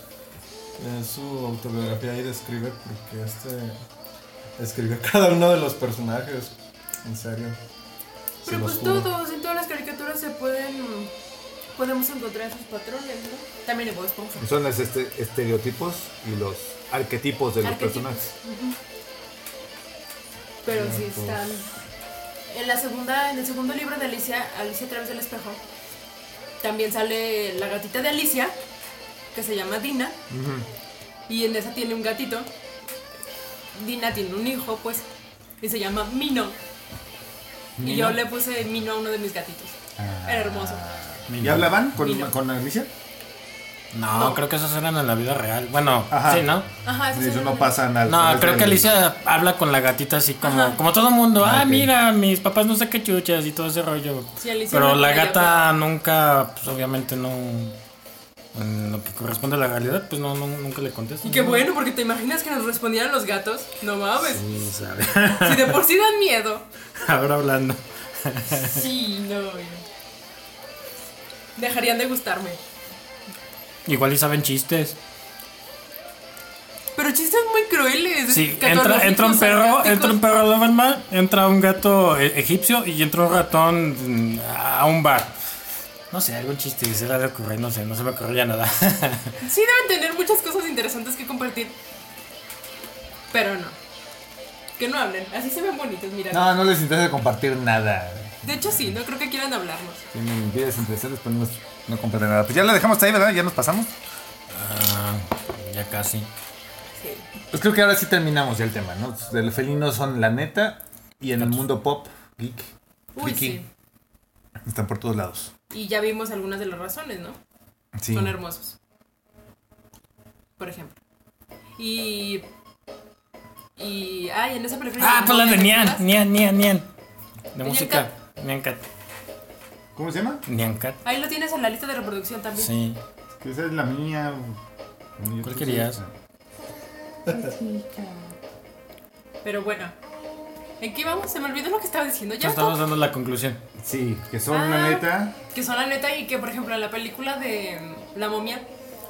Speaker 2: Es su autobiografía y describe porque este escribió cada uno de los personajes. En serio. Se
Speaker 3: Pero
Speaker 2: los
Speaker 3: pues
Speaker 2: juro.
Speaker 3: todos, en todas las caricaturas se pueden podemos encontrar esos patrones, ¿no? También en Bob Esponja.
Speaker 1: Son los este- estereotipos y los arquetipos de los
Speaker 3: Arquetipos.
Speaker 1: personajes.
Speaker 3: Ujú. Pero sí están. En la segunda, en el segundo libro de Alicia, Alicia a través del espejo, también sale la gatita de Alicia, que se llama Dina, y en esa tiene un gatito. Dina tiene un hijo, pues, y se llama Mino. Y yo le puse Mino a uno de mis gatitos.
Speaker 1: Ah.
Speaker 3: Era hermoso.
Speaker 1: ¿Y hablaban con,
Speaker 3: Mira.
Speaker 1: con Alicia?
Speaker 4: No,
Speaker 3: No.
Speaker 4: creo que esos eran en la vida real. Bueno,
Speaker 1: Ajá.
Speaker 4: sí, ¿no?
Speaker 3: Ajá,
Speaker 1: Y
Speaker 3: esos
Speaker 1: Eso
Speaker 3: son-
Speaker 1: no pasa nada.
Speaker 4: No, creo que Alicia habla con la gatita así como,
Speaker 3: Ajá.
Speaker 4: como todo mundo. Ah,
Speaker 1: ok.
Speaker 4: mira, mis papás no sé qué chuchas y todo ese rollo.
Speaker 3: Sí, Alicia
Speaker 4: Pero
Speaker 3: habla
Speaker 4: la
Speaker 3: con ella,
Speaker 4: gata nunca, pues obviamente no. En lo que corresponde a la realidad, pues no, no nunca le contesta.
Speaker 3: Y qué
Speaker 4: ¿no?
Speaker 3: bueno, porque te imaginas que nos respondieran los gatos. No mames.
Speaker 4: Sí, sabe.
Speaker 3: Si de por sí dan miedo.
Speaker 4: Ahora hablando.
Speaker 3: Sí, no. güey. Dejarían de gustarme.
Speaker 4: Igual y saben chistes.
Speaker 3: Pero chistes muy crueles.
Speaker 4: Sí, entra, entra un perro, entra un perro Doberman, entra un gato eh, egipcio y entra un ratón mm, a un bar. No sé, algún chiste que se le ha de ocurrir, no sé, no se me ocurrió ya nada.
Speaker 3: Sí, deben tener muchas cosas interesantes que compartir. Pero no. Que no hablen. Así se ven bonitos, mira.
Speaker 1: No, no les interesa compartir nada.
Speaker 3: De hecho, sí, no creo que quieran hablarnos.
Speaker 1: Tienen vidas interesantes, pero no, no comparten nada. Pues ya la dejamos ahí, ¿verdad? Ya nos pasamos.
Speaker 4: Ah, ya casi.
Speaker 3: Sí.
Speaker 1: Pues creo que ahora sí terminamos ya el tema, ¿no? Los felinos son la neta y en el mundo pop, geek,
Speaker 3: Uy,
Speaker 1: Vicky.
Speaker 3: sí.
Speaker 1: están por todos lados.
Speaker 3: Y ya vimos algunas de las razones, ¿no?
Speaker 1: Sí.
Speaker 3: Son hermosos. Por ejemplo. Y. Y. Ay, en esa película.
Speaker 4: Ah, pues la de Nian,
Speaker 3: tenían
Speaker 4: Nian, Nian, Nian. De
Speaker 3: Nian
Speaker 4: música. Nian Cat.
Speaker 1: ¿Cómo se llama?
Speaker 4: Nian Cat.
Speaker 3: Ahí lo tienes en la lista de reproducción también.
Speaker 4: Sí.
Speaker 1: Esa es la mía.
Speaker 4: ¿Cuál querías?
Speaker 3: Pero bueno. ¿En qué vamos? Se me olvidó lo que estaba diciendo ya.
Speaker 4: Estamos dando la conclusión.
Speaker 1: Sí, que son
Speaker 3: Ah.
Speaker 1: la neta.
Speaker 3: Que son la neta y que, por ejemplo, en la película de mm, La momia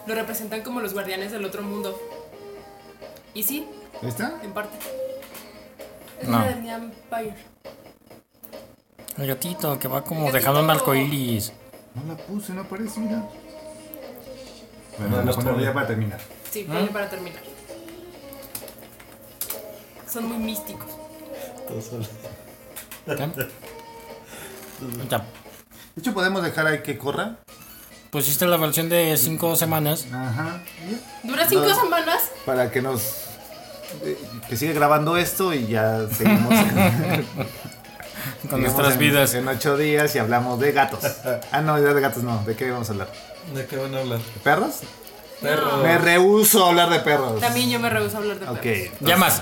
Speaker 3: lo representan como los guardianes del otro mundo. Y sí,
Speaker 1: ¿Esta?
Speaker 3: en parte. Es
Speaker 4: No.
Speaker 3: la de Nian Pyre.
Speaker 4: El gatito que va como
Speaker 3: El
Speaker 4: dejando un
Speaker 3: gatito.
Speaker 4: arco iris.
Speaker 1: No la puse, no aparece, mira. Bueno, la
Speaker 4: Ah, está
Speaker 1: ponemos
Speaker 4: bien.
Speaker 1: ya para terminar.
Speaker 3: Sí, pero ya para terminar. Son muy místicos.
Speaker 1: De hecho, podemos dejar ahí que corra.
Speaker 4: Pusiste la versión de 5 semanas.
Speaker 1: Ajá.
Speaker 3: Dura cinco
Speaker 1: No.
Speaker 3: semanas.
Speaker 1: Para que nos. eh, Que siga grabando esto y ya seguimos. en-
Speaker 4: Con
Speaker 1: seguimos
Speaker 4: nuestras
Speaker 1: en-
Speaker 4: vidas.
Speaker 1: En ocho días y hablamos de gatos. Ah, no, ya de gatos no. ¿De qué vamos a hablar?
Speaker 2: ¿De qué van a hablar?
Speaker 1: ¿De perros?
Speaker 2: Perro.
Speaker 1: Me rehuso a hablar de perros.
Speaker 3: También yo me rehúso a hablar de
Speaker 1: Ok.
Speaker 3: perros.
Speaker 4: Llamas.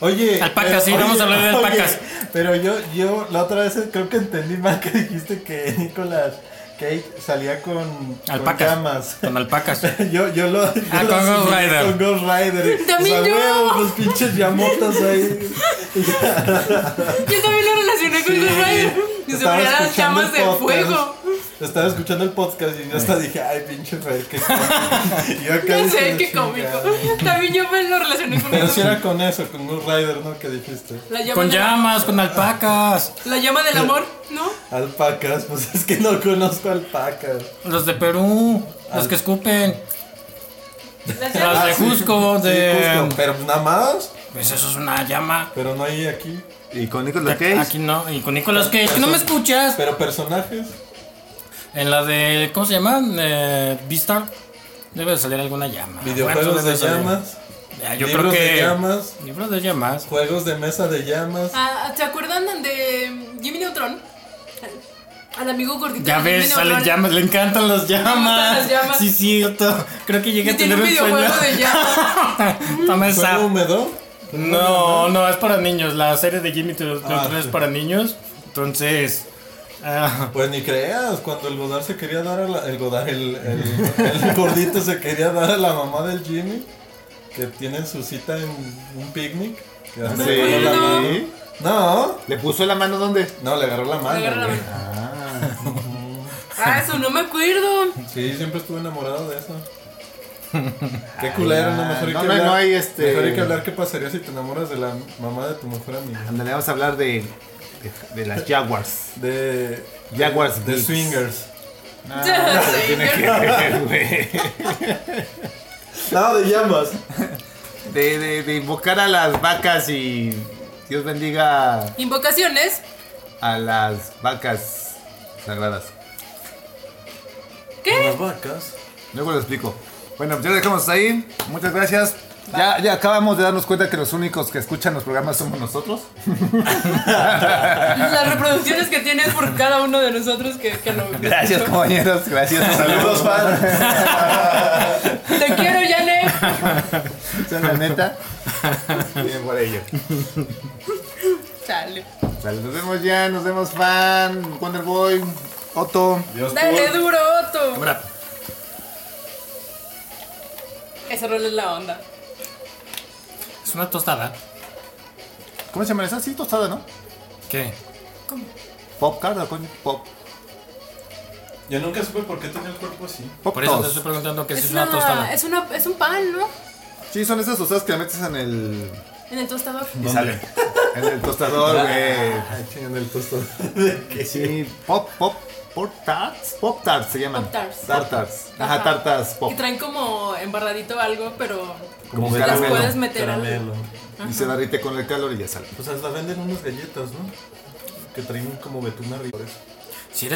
Speaker 2: Oye. pero-
Speaker 4: Alpacas, sí, vamos a hablar de alpacas.
Speaker 2: pero yo, yo la otra vez creo que entendí mal que dijiste que Nicolas Cage salía con, con
Speaker 4: Alpacas.
Speaker 2: llamas.
Speaker 4: Con alpacas.
Speaker 2: Yo, yo lo. yo
Speaker 4: Ah,
Speaker 2: lo
Speaker 4: con Ghost
Speaker 2: asimilé
Speaker 4: Rider.
Speaker 2: Con Ghost Rider.
Speaker 3: También
Speaker 2: O sea,
Speaker 3: yo.
Speaker 2: huevo, los pinches llamotas ahí.
Speaker 3: Yo también lo relacioné con Ghost Rider. Y se
Speaker 2: Estaba
Speaker 3: ponían las
Speaker 2: escuchando
Speaker 3: llamas
Speaker 2: el
Speaker 3: de
Speaker 2: podcast.
Speaker 3: fuego.
Speaker 2: Estaba escuchando el podcast y yo hasta dije, ay, pinche Fer, qué cómico. Yo acá
Speaker 3: No sé,
Speaker 2: diciendo,
Speaker 3: qué cómico.
Speaker 2: "Chingada".
Speaker 3: También yo me lo relacioné con
Speaker 2: Pero si
Speaker 3: eso.
Speaker 2: era con eso, con Ghost Rider, ¿no? Que dijiste.
Speaker 3: La llama,
Speaker 4: Con
Speaker 3: de la-
Speaker 4: llamas, con alpacas.
Speaker 3: la llama del amor, ¿no?
Speaker 2: Alpacas, pues es que no conozco alpacas.
Speaker 4: Los de Perú. Los que escupen.
Speaker 3: Las
Speaker 4: Las
Speaker 3: llamas.
Speaker 4: de Cusco.
Speaker 2: Sí,
Speaker 4: De...
Speaker 2: Cusco, pero nada más.
Speaker 4: Pues eso es una llama.
Speaker 2: Pero no hay aquí.
Speaker 1: Y con Nicolas Cage.
Speaker 4: Aquí no. Y con Nicolas Cage. que no me escuchas.
Speaker 2: Pero personajes.
Speaker 4: En la de. ¿Cómo se llama? Eh, Vistar. Debe de salir alguna llama.
Speaker 2: Videojuegos
Speaker 4: Debe
Speaker 2: de
Speaker 4: salir.
Speaker 2: llamas.
Speaker 4: Ah, yo creo
Speaker 2: libros
Speaker 4: que.
Speaker 2: de llamas.
Speaker 4: Libros de llamas.
Speaker 2: Juegos de mesa de llamas.
Speaker 3: Ah, ¿Se acuerdan de Jimmy Neutron? Al- Al amigo gordito.
Speaker 4: Ya
Speaker 3: de Jimmy
Speaker 4: ves, salen
Speaker 3: Neutron.
Speaker 4: llamas, le encantan las llamas.
Speaker 3: las llamas.
Speaker 4: Sí, cierto. Creo que llegué
Speaker 3: Y
Speaker 4: a
Speaker 3: tiene
Speaker 4: tener
Speaker 3: un
Speaker 4: un sueño.
Speaker 3: videojuego de llamas.
Speaker 4: Toma esa.
Speaker 2: ¿Juego húmedo?
Speaker 4: No, no, es para niños. La serie de Jimmy Neutron
Speaker 2: Ah,
Speaker 4: es
Speaker 2: sí.
Speaker 4: para niños. Entonces. ah,
Speaker 2: Pues ni creas, cuando el Godard se quería dar a la, el Godard, el, el- el gordito se quería dar a la mamá del Jimmy, que tienen su cita en un picnic. que hasta
Speaker 1: Sí.
Speaker 2: le agarró la mano. No,
Speaker 1: ¿Le puso la mano dónde?
Speaker 2: no, le agarró la mano.
Speaker 3: Le agarró la
Speaker 2: güey.
Speaker 3: Ah, eso no me acuerdo.
Speaker 2: Sí, siempre estuve enamorado de eso. Qué culero, no, mejor hay
Speaker 1: no,
Speaker 2: que
Speaker 1: no,
Speaker 2: hablar.
Speaker 1: no hay, este-
Speaker 2: Mejor hay que hablar qué pasaría si te enamoras de la mamá de tu mejor amiga.
Speaker 1: Ándale, vamos a hablar de, de, de las Jaguars.
Speaker 2: De.
Speaker 1: Jaguars
Speaker 2: De
Speaker 1: Geeks.
Speaker 2: swingers.
Speaker 3: Ah, Sí, yo-
Speaker 5: Nada de llamas.
Speaker 1: De, de, de invocar a las vacas y Dios bendiga
Speaker 3: Invocaciones.
Speaker 1: a las vacas sagradas.
Speaker 5: Con
Speaker 3: ¿Qué?
Speaker 5: Las vacas.
Speaker 1: Luego lo explico. Bueno, ya lo dejamos ahí. Muchas gracias. Ya, ya acabamos de darnos cuenta que los únicos que escuchan los programas somos nosotros.
Speaker 3: Las reproducciones que tienes por cada uno de nosotros que, que lo.
Speaker 1: Gracias, compañeros. Gracias.
Speaker 5: Saludos, fan.
Speaker 3: Te quiero, Yane.
Speaker 1: La neta. Bien por ello.
Speaker 3: Chale.
Speaker 1: Sale, nos vemos ya. Nos vemos, fan. Wonderboy. Otto.
Speaker 5: Dios
Speaker 3: Dale
Speaker 5: por-
Speaker 3: duro, Otto. Ese rol es la onda.
Speaker 4: Es una tostada.
Speaker 1: ¿Cómo se llama esa? Sí, tostada, ¿no?
Speaker 4: ¿Qué?
Speaker 1: Pop card, ¿o coño? Pop.
Speaker 2: Yo nunca supe por qué tenía el cuerpo así.
Speaker 1: Pop
Speaker 4: Por eso te
Speaker 1: toast.
Speaker 4: estoy preguntando que si
Speaker 3: Es
Speaker 4: es una tostada.
Speaker 3: una, es una, es un pan, ¿no?
Speaker 1: Sí, son esas tostadas que la metes en el.
Speaker 3: En el tostador.
Speaker 1: Y sale. En el tostador, güey.
Speaker 5: Ay, chingan el tostón.
Speaker 1: Sí, pop, pop, pop tarts. Pop tarts se llaman.
Speaker 3: Pop tarts.
Speaker 1: Tartas. Ajá,
Speaker 3: Ajá.
Speaker 1: tartas pop.
Speaker 3: Y traen como embarradito algo, pero
Speaker 1: Como
Speaker 3: las
Speaker 1: caramelo.
Speaker 3: puedes meter al-
Speaker 2: Caramelo.
Speaker 1: Y se derrite con el calor y ya sale.
Speaker 2: Pues hasta venden unas galletas, ¿no? Que traen como betún arriba. por eso.
Speaker 4: Si eres